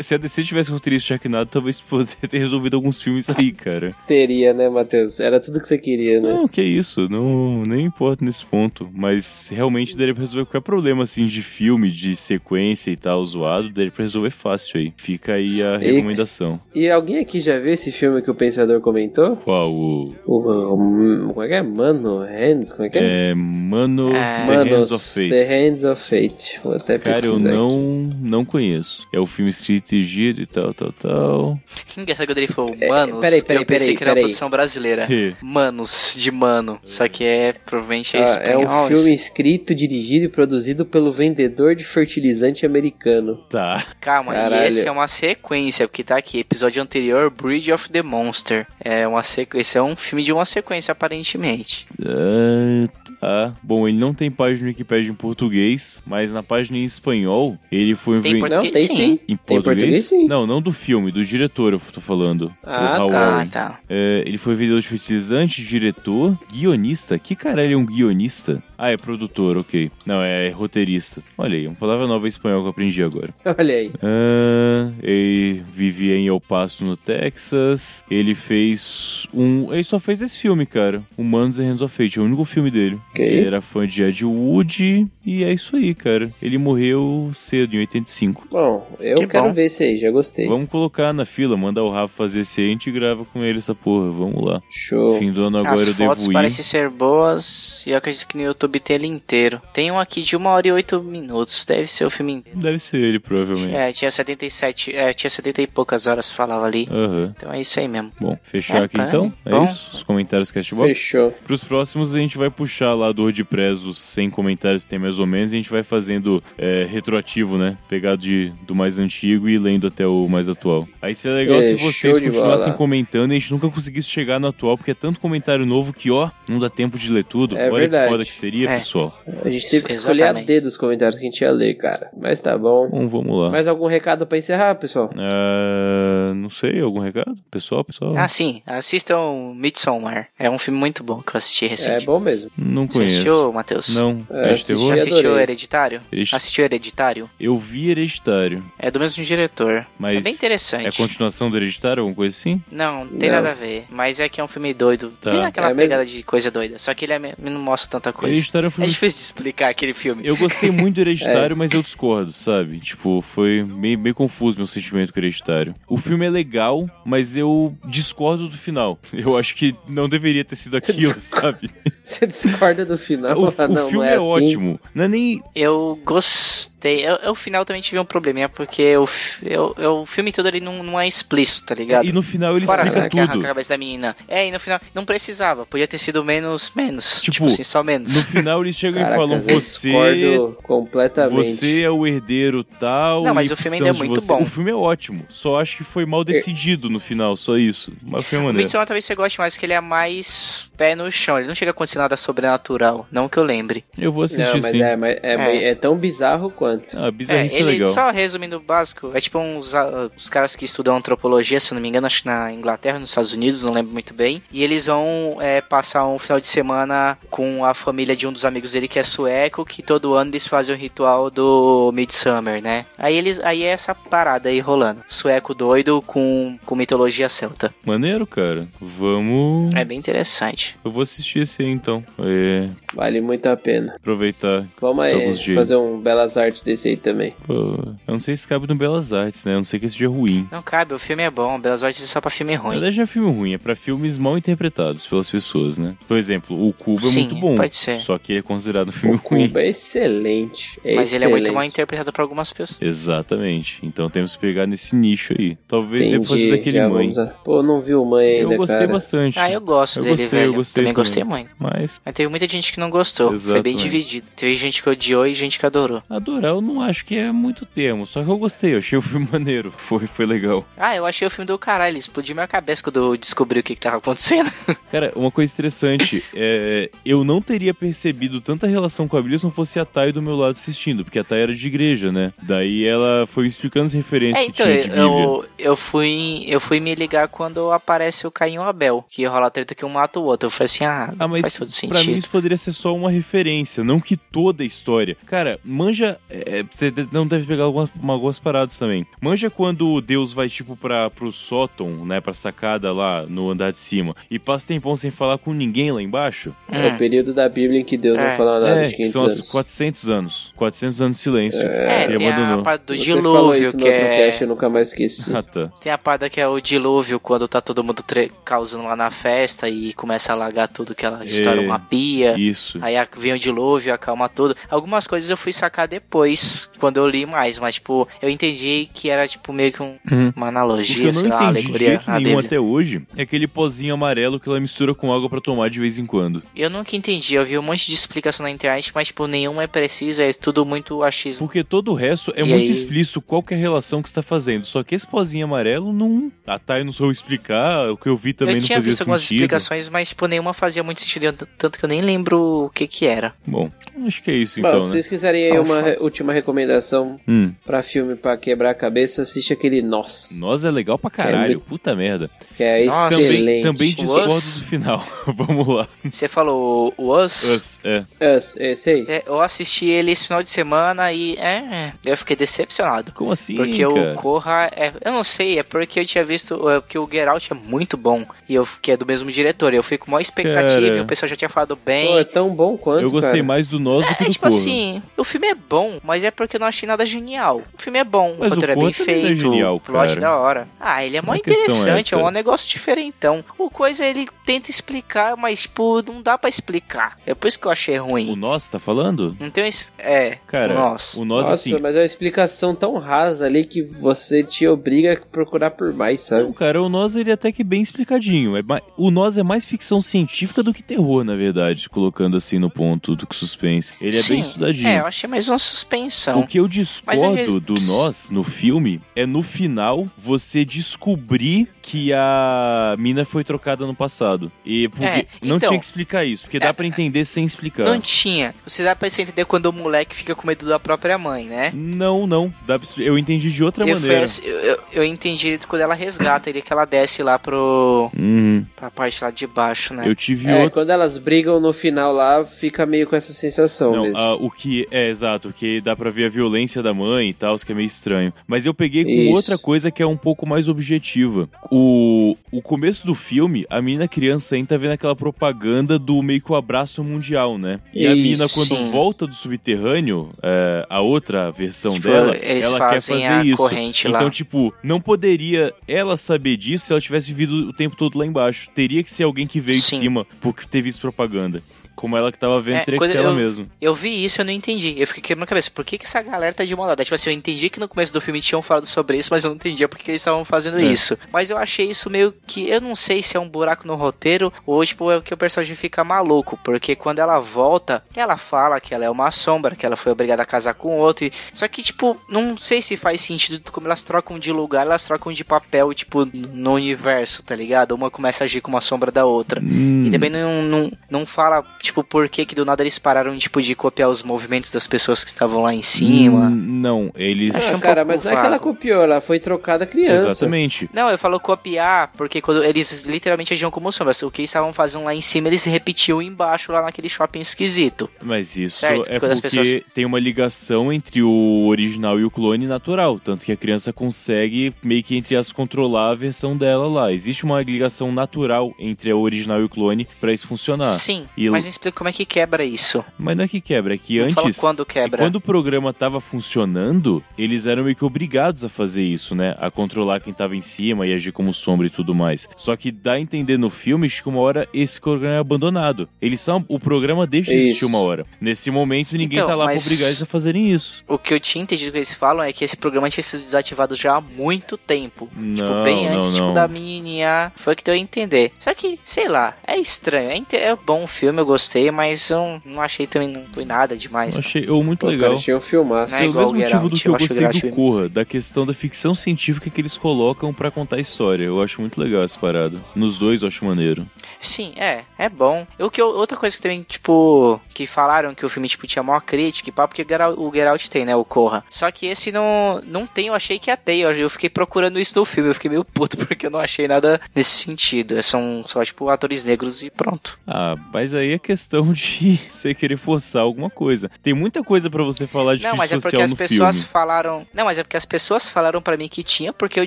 Speaker 2: Se a DC tivesse roteirista charquinado, talvez poderia ter resolvido alguns filmes aí, cara.
Speaker 1: Teria, né, Matheus? Era tudo que você queria, né?
Speaker 2: Não, que isso, não, nem importa nesse ponto, mas realmente daria pra resolver qualquer problema, assim, de filme, de sequência e tal, zoado, daria pra resolver fácil aí. Fica aí a recomendação.
Speaker 1: E alguém aqui já viu esse filme que o pensador comentou?
Speaker 2: Qual o...
Speaker 1: O, o- como é que é? Mano Hands? Como é que é?
Speaker 2: É, Mano, The
Speaker 3: É.
Speaker 1: Manos,
Speaker 2: Hands of Fate.
Speaker 1: The Hands of Fate. Vou até pesquisar.
Speaker 2: Cara, eu
Speaker 1: aqui.
Speaker 2: não, não conheço. É o filme escrito e dirigido e tal, tal, tal.
Speaker 3: Engraçado quando ele falou Manos,
Speaker 1: É, peraí, peraí,
Speaker 3: eu
Speaker 1: peraí,
Speaker 3: pensei que era uma
Speaker 1: peraí.
Speaker 3: produção brasileira.
Speaker 2: É.
Speaker 3: Manos, de mano. Só que é, provavelmente é
Speaker 1: Ah, é
Speaker 3: espanhol.
Speaker 1: um filme escrito, dirigido e produzido pelo vendedor de fertilizante americano.
Speaker 2: Tá.
Speaker 3: Calma,
Speaker 1: Caralho.
Speaker 3: e esse é uma sequência, porque tá aqui, episódio anterior, Bridge of the Monster. É uma sequência, é um filme de uma sequência, aparentemente.
Speaker 2: Ah, tá. Bom, ele não tem página no Wikipedia em português, mas na página em espanhol, ele foi...
Speaker 3: Tem em
Speaker 2: inven-
Speaker 3: português?
Speaker 1: Não, tem sim.
Speaker 3: sim.
Speaker 1: Tem
Speaker 2: Em português?
Speaker 1: em português, sim.
Speaker 2: Não, não do filme, do diretor eu tô falando.
Speaker 1: Ah,
Speaker 2: o Hal
Speaker 1: tá.
Speaker 2: Warren.
Speaker 3: Ah, tá.
Speaker 2: É, ele foi vendedor de fertilizante, diretor, guionista. Que caralho é um guionista? Ah, é produtor, ok. Não, é roteirista. Olha aí, uma palavra nova em espanhol que eu aprendi agora.
Speaker 1: Olha aí.
Speaker 2: Ah, ele vivia em El Paso, no Texas. Ele fez um... Ele só fez esse filme, cara. Humanos and Hands of Fate. É o único filme dele. Ele
Speaker 1: Ok.
Speaker 2: era fã de Ed Wood. E é isso aí, cara. Ele morreu cedo, em 85.
Speaker 1: Bom, eu
Speaker 3: Que
Speaker 1: quero
Speaker 3: bom.
Speaker 1: ver esse aí, já gostei.
Speaker 2: Vamos colocar na fila, mandar o Rafa fazer esse aí, a gente grava com ele essa porra. Vamos lá.
Speaker 1: Show.
Speaker 2: Fim do ano agora
Speaker 3: As
Speaker 2: eu
Speaker 3: fotos
Speaker 2: devo ir.
Speaker 3: parecem ser boas e eu acredito que no YouTube tem ele inteiro. Tem um aqui de 1 hora e 8 minutos, deve ser o filme inteiro.
Speaker 2: Deve ser ele, provavelmente.
Speaker 3: É, tinha 77, é, tinha 70 e poucas horas, falava ali.
Speaker 2: Aham.
Speaker 3: Então é isso aí mesmo.
Speaker 2: Bom, fechar
Speaker 3: É,
Speaker 2: aqui
Speaker 3: tá.
Speaker 2: então. É
Speaker 3: Bom.
Speaker 2: isso? Os comentários Castbox.
Speaker 1: Fechou.
Speaker 2: Pros próximos a gente vai puxar lá do WordPress os 100 comentários que tem mais ou menos e a gente vai fazendo é, retroativo, né? Pegado de, do mais antigo e lendo até o mais atual. Aí seria legal
Speaker 1: É,
Speaker 2: se
Speaker 1: show
Speaker 2: vocês
Speaker 1: de
Speaker 2: continuassem
Speaker 1: bola.
Speaker 2: comentando e a gente nunca conseguisse chegar no atual, porque é tanto comentário novo que, ó, não dá tempo de ler tudo.
Speaker 1: É
Speaker 2: Olha
Speaker 1: verdade.
Speaker 2: que foda que seria,
Speaker 3: É.
Speaker 2: pessoal.
Speaker 1: A gente teve que escolher a
Speaker 3: Exatamente.
Speaker 1: dedo os comentários que a gente ia ler, cara. Mas tá bom.
Speaker 2: Bom, vamos lá.
Speaker 1: Mais algum recado pra encerrar, pessoal?
Speaker 2: Ah, não sei, algum recado? Pessoal, pessoal?
Speaker 3: Ah, sim, assistam Midsommar. É um filme muito bom que eu assisti
Speaker 1: É
Speaker 3: recente.
Speaker 1: bom mesmo.
Speaker 2: não
Speaker 3: Você
Speaker 2: conheço.
Speaker 3: assistiu, Matheus?
Speaker 2: Não,
Speaker 1: É,
Speaker 2: é, de terror?
Speaker 1: assisti.
Speaker 3: Assistiu
Speaker 1: adorei.
Speaker 3: Hereditário?
Speaker 2: Heredi-
Speaker 1: Ah,
Speaker 3: Assistiu Hereditário?
Speaker 2: Eu vi Hereditário,
Speaker 3: É do mesmo diretor.
Speaker 2: mas
Speaker 1: Tá
Speaker 3: é bem
Speaker 2: é a
Speaker 3: interessante.
Speaker 2: continuação do Hereditário, alguma coisa assim?
Speaker 3: Não, não tem
Speaker 1: Não.
Speaker 3: nada a ver. Mas é que é um filme doido.
Speaker 2: Tá.
Speaker 3: Tem aquela
Speaker 1: É mesmo?
Speaker 3: pegada de coisa doida. Só que ele é me- não mostra tanta coisa.
Speaker 2: Hereditário é um
Speaker 3: É
Speaker 2: filme...
Speaker 3: difícil de explicar aquele filme.
Speaker 2: Eu gostei muito do Hereditário,
Speaker 1: É.
Speaker 2: mas eu discordo, sabe? Tipo, foi meio, meio confuso meu sentimento com o Hereditário. O filme é legal, mas eu discordo do final. Eu acho que não deveria ter sido aquilo, sabe?
Speaker 1: Você discorda do final?
Speaker 2: O,
Speaker 1: Ah,
Speaker 2: o
Speaker 1: não, não
Speaker 2: filme
Speaker 1: é,
Speaker 2: é,
Speaker 1: assim.
Speaker 2: ótimo. Não é nem...
Speaker 3: Eu gostei. Eu, eu, no final também tive um probleminha, porque eu, eu, eu- o filme todo ele não, não é explícito, tá ligado?
Speaker 2: E no final ele
Speaker 3: Fora
Speaker 2: explica
Speaker 3: né, que arranca a
Speaker 2: tudo.
Speaker 3: cabeça da menina. É, e no final, não precisava. Podia ter sido menos, menos.
Speaker 2: Tipo,
Speaker 3: Tipo, assim, só menos.
Speaker 2: No final eles chegam
Speaker 1: Caraca,
Speaker 2: e falam,
Speaker 1: eu
Speaker 2: você
Speaker 1: discordo completamente.
Speaker 2: Você é o herdeiro tal.
Speaker 3: Não, mas
Speaker 2: e
Speaker 3: o filme ainda é
Speaker 2: precisamos de
Speaker 3: muito
Speaker 2: você.
Speaker 3: bom. É.
Speaker 2: O filme é ótimo. Só acho que foi mal decidido no final, só isso. Mas foi
Speaker 3: O
Speaker 2: maneiro.
Speaker 3: Midsommar talvez você goste mais, que ele é mais pé no chão. Ele não chega a acontecer nada sobrenatural, não que eu lembre.
Speaker 2: Eu vou assistir
Speaker 1: Não, mas
Speaker 2: sim.
Speaker 1: é, mas é,
Speaker 3: É.
Speaker 1: é tão bizarro quanto. tanto.
Speaker 2: Ah, bizarrice é,
Speaker 3: ele,
Speaker 2: legal.
Speaker 3: Só resumindo o básico, é tipo uns ah, os caras que estudam antropologia, se eu não me engano, acho que na Inglaterra, nos Estados Unidos, não lembro muito bem. E eles vão é, passar um final de semana com a família de um dos amigos dele que é sueco, que todo ano eles fazem o ritual do Midsummer, né? Aí eles aí é essa parada aí rolando. Sueco doido com, com mitologia celta.
Speaker 2: Maneiro, cara. Vamos.
Speaker 3: É bem interessante.
Speaker 2: Eu vou assistir esse aí então. É,
Speaker 1: Vale muito a pena.
Speaker 2: aproveitar.
Speaker 1: Vamos
Speaker 2: Todos os
Speaker 1: aí
Speaker 2: dias.
Speaker 1: fazer um belas artes desse aí também.
Speaker 2: Pô, eu não sei se cabe no Belas Artes, né? Eu não sei que esse dia é ruim.
Speaker 3: Não cabe, o filme é bom, Belas Artes é só pra filme
Speaker 2: Na
Speaker 3: ruim.
Speaker 2: verdade, não é filme ruim, é pra filmes mal interpretados pelas pessoas, né? Por exemplo, o Cuba
Speaker 3: Sim,
Speaker 2: é muito bom.
Speaker 3: pode ser.
Speaker 2: Só que é considerado um filme
Speaker 1: O
Speaker 2: ruim.
Speaker 1: Cuba é excelente. é
Speaker 3: Mas ele é muito
Speaker 1: excelente.
Speaker 3: mal interpretado por algumas pessoas.
Speaker 2: Exatamente. Então temos que pegar nesse nicho aí. Talvez
Speaker 1: Entendi,
Speaker 2: depois daquele
Speaker 1: já
Speaker 2: mãe.
Speaker 1: vamos a- Pô, não vi o mãe ainda,
Speaker 2: Eu gostei
Speaker 1: cara.
Speaker 2: bastante.
Speaker 3: Ah, eu gosto
Speaker 2: Eu
Speaker 3: dele,
Speaker 2: gostei, eu
Speaker 3: velho.
Speaker 2: gostei
Speaker 3: também,
Speaker 2: também.
Speaker 3: gostei muito.
Speaker 2: Mas
Speaker 3: Mas teve muita gente que não gostou. Foi bem
Speaker 2: Exatamente.
Speaker 3: dividido. Teve gente que odiou e gente que adorou.
Speaker 2: adorar eu não acho que é muito termo. Só que eu gostei, eu achei o filme maneiro. Foi, foi legal.
Speaker 3: Ah, eu achei o filme do caralho. Explodiu minha cabeça quando eu descobri o que, que tava acontecendo.
Speaker 2: Cara, uma coisa interessante, é, eu não teria percebido tanta relação com a Bíblia se não fosse a Thay do meu lado assistindo, porque a Thay era de igreja, né? Daí ela foi me explicando as referências
Speaker 3: É,
Speaker 2: que
Speaker 3: então,
Speaker 2: tinha de Bíblia.
Speaker 3: eu, eu, fui, eu fui me ligar quando aparece o Caim e o Abel, que rola a treta que um mata o outro. Eu falei assim, ah,
Speaker 2: Ah, mas
Speaker 3: faz todo
Speaker 2: pra mim
Speaker 3: sentido.
Speaker 2: isso poderia ser só uma referência, não que toda a história. Cara, manja. é, você de- não deve pegar algumas, algumas paradas também. Manja quando Deus vai, tipo, pra, pro sótão, né? Pra sacada lá no andar de cima, e passa tempão sem falar com ninguém lá embaixo.
Speaker 1: É o
Speaker 3: Hum.
Speaker 1: período da Bíblia em que Deus
Speaker 3: É.
Speaker 1: não falou nada
Speaker 2: é,
Speaker 1: de
Speaker 2: que
Speaker 1: 500
Speaker 2: são as
Speaker 1: anos.
Speaker 2: 400 anos. 400 anos de silêncio.
Speaker 3: É,
Speaker 2: Ele
Speaker 3: tem a
Speaker 2: abandonou.
Speaker 3: parte do
Speaker 1: Você falou
Speaker 3: dilúvio,
Speaker 1: isso no
Speaker 3: que
Speaker 1: outro
Speaker 3: é...
Speaker 1: cast, eu nunca mais esqueci.
Speaker 2: Ah, tá.
Speaker 3: Tem a parada que é o dilúvio, quando tá todo mundo tre- causando lá na festa e começa a alagar tudo, que ela estoura
Speaker 2: É.
Speaker 3: uma pia.
Speaker 2: Isso.
Speaker 3: Aí a- vem o dilúvio, acalma tudo. Algumas coisas eu fui sacar depois, quando eu li mais, mas tipo, eu entendi que era tipo meio que um-
Speaker 2: Uhum. O
Speaker 3: uma
Speaker 2: que eu
Speaker 3: analogia,
Speaker 2: não
Speaker 3: sei lá,
Speaker 2: entendi de
Speaker 3: alegoria
Speaker 2: jeito
Speaker 3: na
Speaker 2: nenhum
Speaker 3: Bíblia.
Speaker 2: até hoje é aquele pozinho amarelo que ela mistura com água pra tomar de vez em quando.
Speaker 3: Eu nunca entendi, eu vi um monte de explicação na internet, mas tipo, nenhuma é precisa, é tudo muito achismo.
Speaker 2: Porque todo o resto é
Speaker 3: E
Speaker 2: muito
Speaker 3: aí?
Speaker 2: explícito qual que é a relação que você tá fazendo. Só que esse pozinho amarelo não. A Thay não soube explicar, o que eu vi também
Speaker 3: eu
Speaker 2: não
Speaker 3: tinha
Speaker 2: fazia
Speaker 3: visto algumas
Speaker 2: sentido.
Speaker 3: explicações, mas tipo, nenhuma fazia muito sentido, eu- tanto que eu nem lembro o que que era.
Speaker 2: Bom, acho que é isso
Speaker 1: Bom,
Speaker 2: então,
Speaker 1: se
Speaker 2: né?
Speaker 1: vocês quiserem aí
Speaker 3: Ah,
Speaker 1: uma
Speaker 3: fato.
Speaker 1: re- última recomendação
Speaker 2: Hum.
Speaker 1: pra filme pra quebrar a cabeça, assiste aquele Nós,
Speaker 2: Nós é legal pra caralho, puta merda.
Speaker 1: que é
Speaker 3: Nossa.
Speaker 2: Também,
Speaker 1: excelente.
Speaker 2: também discordo
Speaker 3: Us.
Speaker 2: do final. Vamos lá.
Speaker 3: Você falou o Us?
Speaker 2: Us, é.
Speaker 1: Us, esse aí.
Speaker 3: É, eu assisti ele esse final de semana e é, eu fiquei decepcionado.
Speaker 2: Como assim?
Speaker 3: Porque
Speaker 2: cara?
Speaker 3: o Corra é. Eu não sei, é porque eu tinha visto. É porque o Geralt é muito bom. E eu, que é do mesmo diretor. Eu fui com maior expectativa.
Speaker 2: Cara.
Speaker 3: e o pessoal já tinha falado
Speaker 1: Pô, é
Speaker 3: bem.
Speaker 1: tão bom quanto,
Speaker 2: Eu gostei
Speaker 1: cara.
Speaker 2: mais do nós do que
Speaker 3: é
Speaker 2: do
Speaker 3: tipo
Speaker 2: Corra.
Speaker 3: assim, o filme é bom, mas é porque eu não achei nada genial. O filme é bom,
Speaker 2: Mas
Speaker 3: o
Speaker 2: o
Speaker 3: roteiro é bem
Speaker 2: Corra também não é
Speaker 3: feito,
Speaker 2: genial,
Speaker 3: o plot
Speaker 2: cara.
Speaker 3: da hora. Ah, ele é mó
Speaker 2: A questão é
Speaker 3: interessante, é,
Speaker 2: essa.
Speaker 3: um negócio diferentão. O coisa ele tenta explicar, mas tipo, não dá pra explicar. É por isso que eu achei
Speaker 2: O
Speaker 3: ruim.
Speaker 2: nós tá falando?
Speaker 3: Não tem. es- É,
Speaker 2: Cara,
Speaker 3: Nós.
Speaker 2: o nós
Speaker 1: Nossa,
Speaker 2: assim.
Speaker 1: mas é uma explicação tão rasa ali que você te obriga a procurar por mais,
Speaker 2: Não,
Speaker 1: sabe?
Speaker 2: cara, o nós ele é até que bem explicadinho. É ma- O nós é mais ficção científica do que terror, na verdade, colocando assim no ponto do que suspense. Ele é
Speaker 3: Sim,
Speaker 2: bem estudadinho.
Speaker 3: É, eu achei mais uma
Speaker 2: O
Speaker 3: suspensão.
Speaker 2: que eu discordo
Speaker 3: Mas ele-
Speaker 2: do nós no filme é no final você descobrir que a mina foi trocada no passado. E porque
Speaker 3: É,
Speaker 2: não
Speaker 3: então-
Speaker 2: tinha que explicar isso, porque dá pra entender sem explicar.
Speaker 3: Não tinha. Você dá pra você entender quando o moleque fica com medo da própria mãe, né?
Speaker 2: Não, não. Dá pra expli- Eu entendi de outra
Speaker 3: Eu, fui
Speaker 2: maneira.
Speaker 3: ass- eu, eu- eu entendi quando ela resgata ele, que ela desce lá pro.
Speaker 2: Uhum.
Speaker 3: pra parte lá de baixo, né?
Speaker 2: Eu tive
Speaker 1: É,
Speaker 2: outra.
Speaker 1: quando elas brigam no final lá, fica meio com essa sensação
Speaker 2: Não,
Speaker 1: mesmo.
Speaker 2: ah, o que é exato, que dá pra ver a violência da mãe e tal, isso que é meio estranho. Mas eu peguei com
Speaker 1: Isso.
Speaker 2: outra coisa que é um pouco mais objetiva. O, o começo do filme, a menina criança ainda tá vendo aquela propaganda do meio que o abraço mundial, né? E a
Speaker 1: Isso,
Speaker 2: menina, quando
Speaker 3: sim.
Speaker 2: volta do subterrâneo, é, a outra versão
Speaker 3: Tipo,
Speaker 2: dela,
Speaker 3: eles
Speaker 2: ela quer
Speaker 3: fazem
Speaker 2: fazer
Speaker 3: a
Speaker 2: isso.
Speaker 3: corrente lá.
Speaker 2: então, tipo, não poderia ela saber disso se ela tivesse vivido o tempo todo lá embaixo. Teria que ser alguém que veio
Speaker 3: Sim.
Speaker 2: de cima porque teve visto propaganda. Como ela que tava vendo,
Speaker 3: É,
Speaker 2: teria que
Speaker 3: quando
Speaker 2: ser ela
Speaker 3: eu-
Speaker 2: mesmo.
Speaker 3: Eu vi isso, eu não entendi. Eu fiquei quebrando a cabeça. Por que, que essa galera tá de mão dada? Tipo assim, eu entendi que no começo do filme tinham falado sobre isso, mas eu não entendia por que eles estavam fazendo
Speaker 2: É.
Speaker 3: isso. Mas eu achei isso meio que. Eu não sei se é um buraco no roteiro ou, tipo, é que o personagem fica maluco. Porque quando ela volta, ela fala que ela é uma sombra, que ela foi obrigada a casar com outro. e- Só que, tipo, não sei se faz sentido como elas trocam de lugar, elas trocam de papel, tipo, no
Speaker 2: Hum, Uhum.
Speaker 3: universo, tá ligado? Uma começa a agir como a sombra da outra. E também não, não, não fala, Tipo, por que que do nada eles pararam, tipo, de copiar os movimentos das pessoas que estavam lá em cima?
Speaker 2: Hum, não, eles.
Speaker 3: Acho que é um
Speaker 1: cara,
Speaker 3: pouco
Speaker 1: mas não é que ela
Speaker 3: vago.
Speaker 1: copiou, ela foi trocada criança.
Speaker 2: Exatamente.
Speaker 3: Não, eu falo copiar, porque quando eles literalmente agiam como sombras. O que eles estavam fazendo lá em cima, eles repetiam embaixo, lá naquele shopping esquisito.
Speaker 2: Mas isso
Speaker 3: Certo,
Speaker 2: é
Speaker 3: quando as
Speaker 2: porque
Speaker 3: pessoas-
Speaker 2: tem uma ligação entre o original e o clone natural. Tanto que a criança consegue meio que, entre as, controlar a versão dela lá. Existe uma ligação natural entre o original e o clone pra isso funcionar.
Speaker 3: Sim,
Speaker 2: Ah, e-
Speaker 3: mas não explica como é que quebra isso.
Speaker 2: Mas não é que quebra, é que
Speaker 3: não fala
Speaker 2: antes.
Speaker 3: quando quebra.
Speaker 2: Quando o programa tava funcionando, eles eram meio que obrigados a fazer isso, né? A controlar quem tava em cima e agir como sombra e tudo mais. Só que dá a entender no filme que uma hora esse programa é abandonado. Eles são. O programa deixa de existir
Speaker 1: Isso.
Speaker 2: uma hora. Nesse momento, ninguém
Speaker 3: Então,
Speaker 2: tá lá
Speaker 3: mas-
Speaker 2: pra obrigar eles a fazerem isso.
Speaker 3: O que eu tinha entendido que eles falam é que esse programa tinha sido desativado já há muito tempo. tipo,
Speaker 2: Não,
Speaker 3: bem
Speaker 2: não,
Speaker 3: antes tipo,
Speaker 2: não.
Speaker 3: da menininha. Foi o que deu a entender. Só que, sei lá, é estranho. É, inte- é bom o filme, eu gostei, mas eu não achei também, não foi nada demais.
Speaker 2: Eu achei oh, muito
Speaker 1: Pô,
Speaker 2: legal.
Speaker 1: Cara, tinha um filmaço.
Speaker 3: Não é
Speaker 2: Pelo
Speaker 3: igual
Speaker 2: mesmo
Speaker 3: Get
Speaker 2: motivo do
Speaker 3: Out,
Speaker 2: que eu
Speaker 3: eu acho
Speaker 2: gostei
Speaker 3: Get
Speaker 2: do
Speaker 3: Out-
Speaker 2: Corra, da questão da ficção científica que eles colocam pra contar a história. Eu acho muito legal essa parada. Nos dois eu acho maneiro.
Speaker 3: Sim, é, é bom. O que eu- outra coisa que também, tipo, que falaram que o filme tipo tinha maior crítica, e pá, porque o Get Out- o Geralt tem, né, o Corra. Só que esse não não tem, eu achei que ia ter. Eu, eu fiquei procurando isso no filme, eu fiquei meio puto porque eu não achei nada nesse sentido. São só tipo atores negros e pronto.
Speaker 2: Ah, mas aí é questão de você querer forçar alguma coisa. Tem muita coisa pra você falar de
Speaker 3: não, mas é
Speaker 2: crítica
Speaker 3: porque
Speaker 2: social Tá
Speaker 3: as
Speaker 2: no
Speaker 3: pessoas
Speaker 2: filme.
Speaker 3: falaram, não, mas é porque as pessoas falaram pra mim que tinha porque o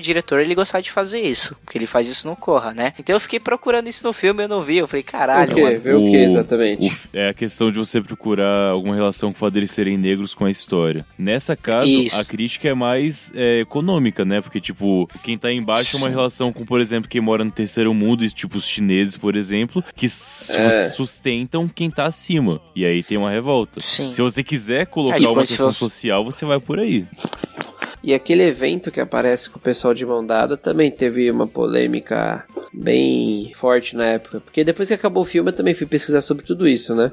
Speaker 3: diretor ele gostava de fazer isso, porque ele faz isso no Corra, né? Então eu fiquei procurando isso no filme, eu não vi, eu falei,
Speaker 1: O
Speaker 3: caralho,
Speaker 1: quê?
Speaker 3: mano.
Speaker 1: Vê o que
Speaker 2: O-
Speaker 1: exatamente?
Speaker 2: O- é a questão de você procurar alguma relação com o fato deles serem negros com a história. Nessa caso,
Speaker 3: Isso.
Speaker 2: a crítica é mais é, econômica, né? Porque, tipo, quem tá embaixo é uma
Speaker 3: Sim.
Speaker 2: relação com, por exemplo, quem mora no terceiro mundo, e, tipo, os chineses, por exemplo, que su-
Speaker 1: É.
Speaker 2: sustentam quem tá acima. E aí tem uma revolta.
Speaker 3: Sim.
Speaker 2: Se você quiser colocar
Speaker 3: É, tipo,
Speaker 2: uma
Speaker 3: se
Speaker 2: questão
Speaker 3: você-
Speaker 2: social, você vai por aí.
Speaker 1: E aquele evento que aparece com o pessoal de mão dada também teve uma polêmica bem forte na época. Porque depois que acabou o filme, eu também fui pesquisar sobre tudo isso, né?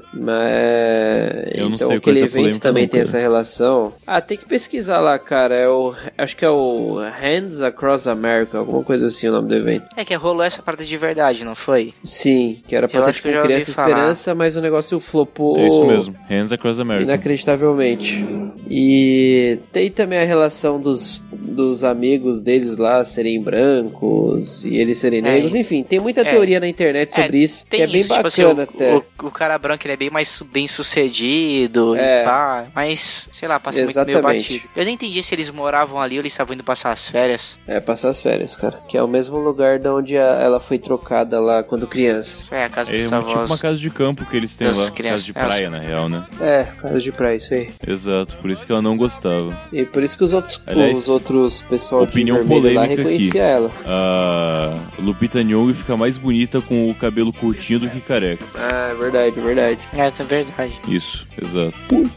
Speaker 1: Mas.
Speaker 2: Eu não
Speaker 1: então,
Speaker 2: sei qual
Speaker 1: aquele
Speaker 2: é essa
Speaker 1: evento
Speaker 2: polêmica
Speaker 1: também
Speaker 2: não,
Speaker 1: tem
Speaker 2: cara.
Speaker 1: essa relação. Ah, tem que pesquisar lá, cara. É o. Acho que é o Hands Across America, alguma coisa assim o nome do evento.
Speaker 3: É que rolou essa parada de verdade, não foi?
Speaker 1: Sim, que era
Speaker 3: Eu
Speaker 1: pra ser
Speaker 3: acho
Speaker 1: tipo
Speaker 3: que eu já ouvi
Speaker 1: Criança e
Speaker 3: falar.
Speaker 1: Esperança, mas o negócio flopou.
Speaker 2: É isso mesmo. Hands across America.
Speaker 1: Inacreditavelmente. E tem também a relação dos, dos amigos deles lá serem brancos e eles serem
Speaker 3: É.
Speaker 1: negros. Enfim, tem muita
Speaker 3: É.
Speaker 1: teoria na internet sobre isso, que
Speaker 3: Tem
Speaker 1: é bem
Speaker 3: isso,
Speaker 1: bacana
Speaker 3: tipo assim,
Speaker 1: até.
Speaker 3: o, o, o cara branco ele é bem mais su- bem sucedido,
Speaker 1: É.
Speaker 3: e pá, mas sei lá, passa muito meio
Speaker 1: Exatamente.
Speaker 3: batido. Eu nem entendi se eles moravam ali ou eles estavam indo passar as férias.
Speaker 1: É, passar as férias, cara. Que é o mesmo lugar de onde a- ela foi trocada lá quando criança.
Speaker 3: É, a casa
Speaker 2: É
Speaker 3: dos
Speaker 2: uma, tipo
Speaker 3: avós.
Speaker 2: uma casa de campo que eles têm
Speaker 3: das
Speaker 2: lá. Casa
Speaker 3: crianças.
Speaker 2: de praia, na real, né?
Speaker 1: É, casa de praia, isso aí.
Speaker 2: Exato, por isso que ela não gostava.
Speaker 1: E por isso que os outros,
Speaker 2: Aliás,
Speaker 1: os outros pessoal de
Speaker 2: opinião
Speaker 1: vermelho lá
Speaker 2: polêmica aqui.
Speaker 1: reconhecia ela.
Speaker 2: A Lupita Nyong'o fica mais bonita com o cabelo curtinho do que careca.
Speaker 1: Ah, é verdade, é verdade.
Speaker 3: É, é verdade.
Speaker 2: Isso, exato.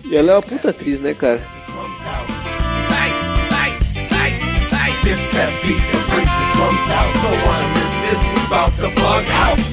Speaker 1: E ela é uma puta atriz, né, cara?
Speaker 6: This that beat that brings the drums out. The one is this without the bug out.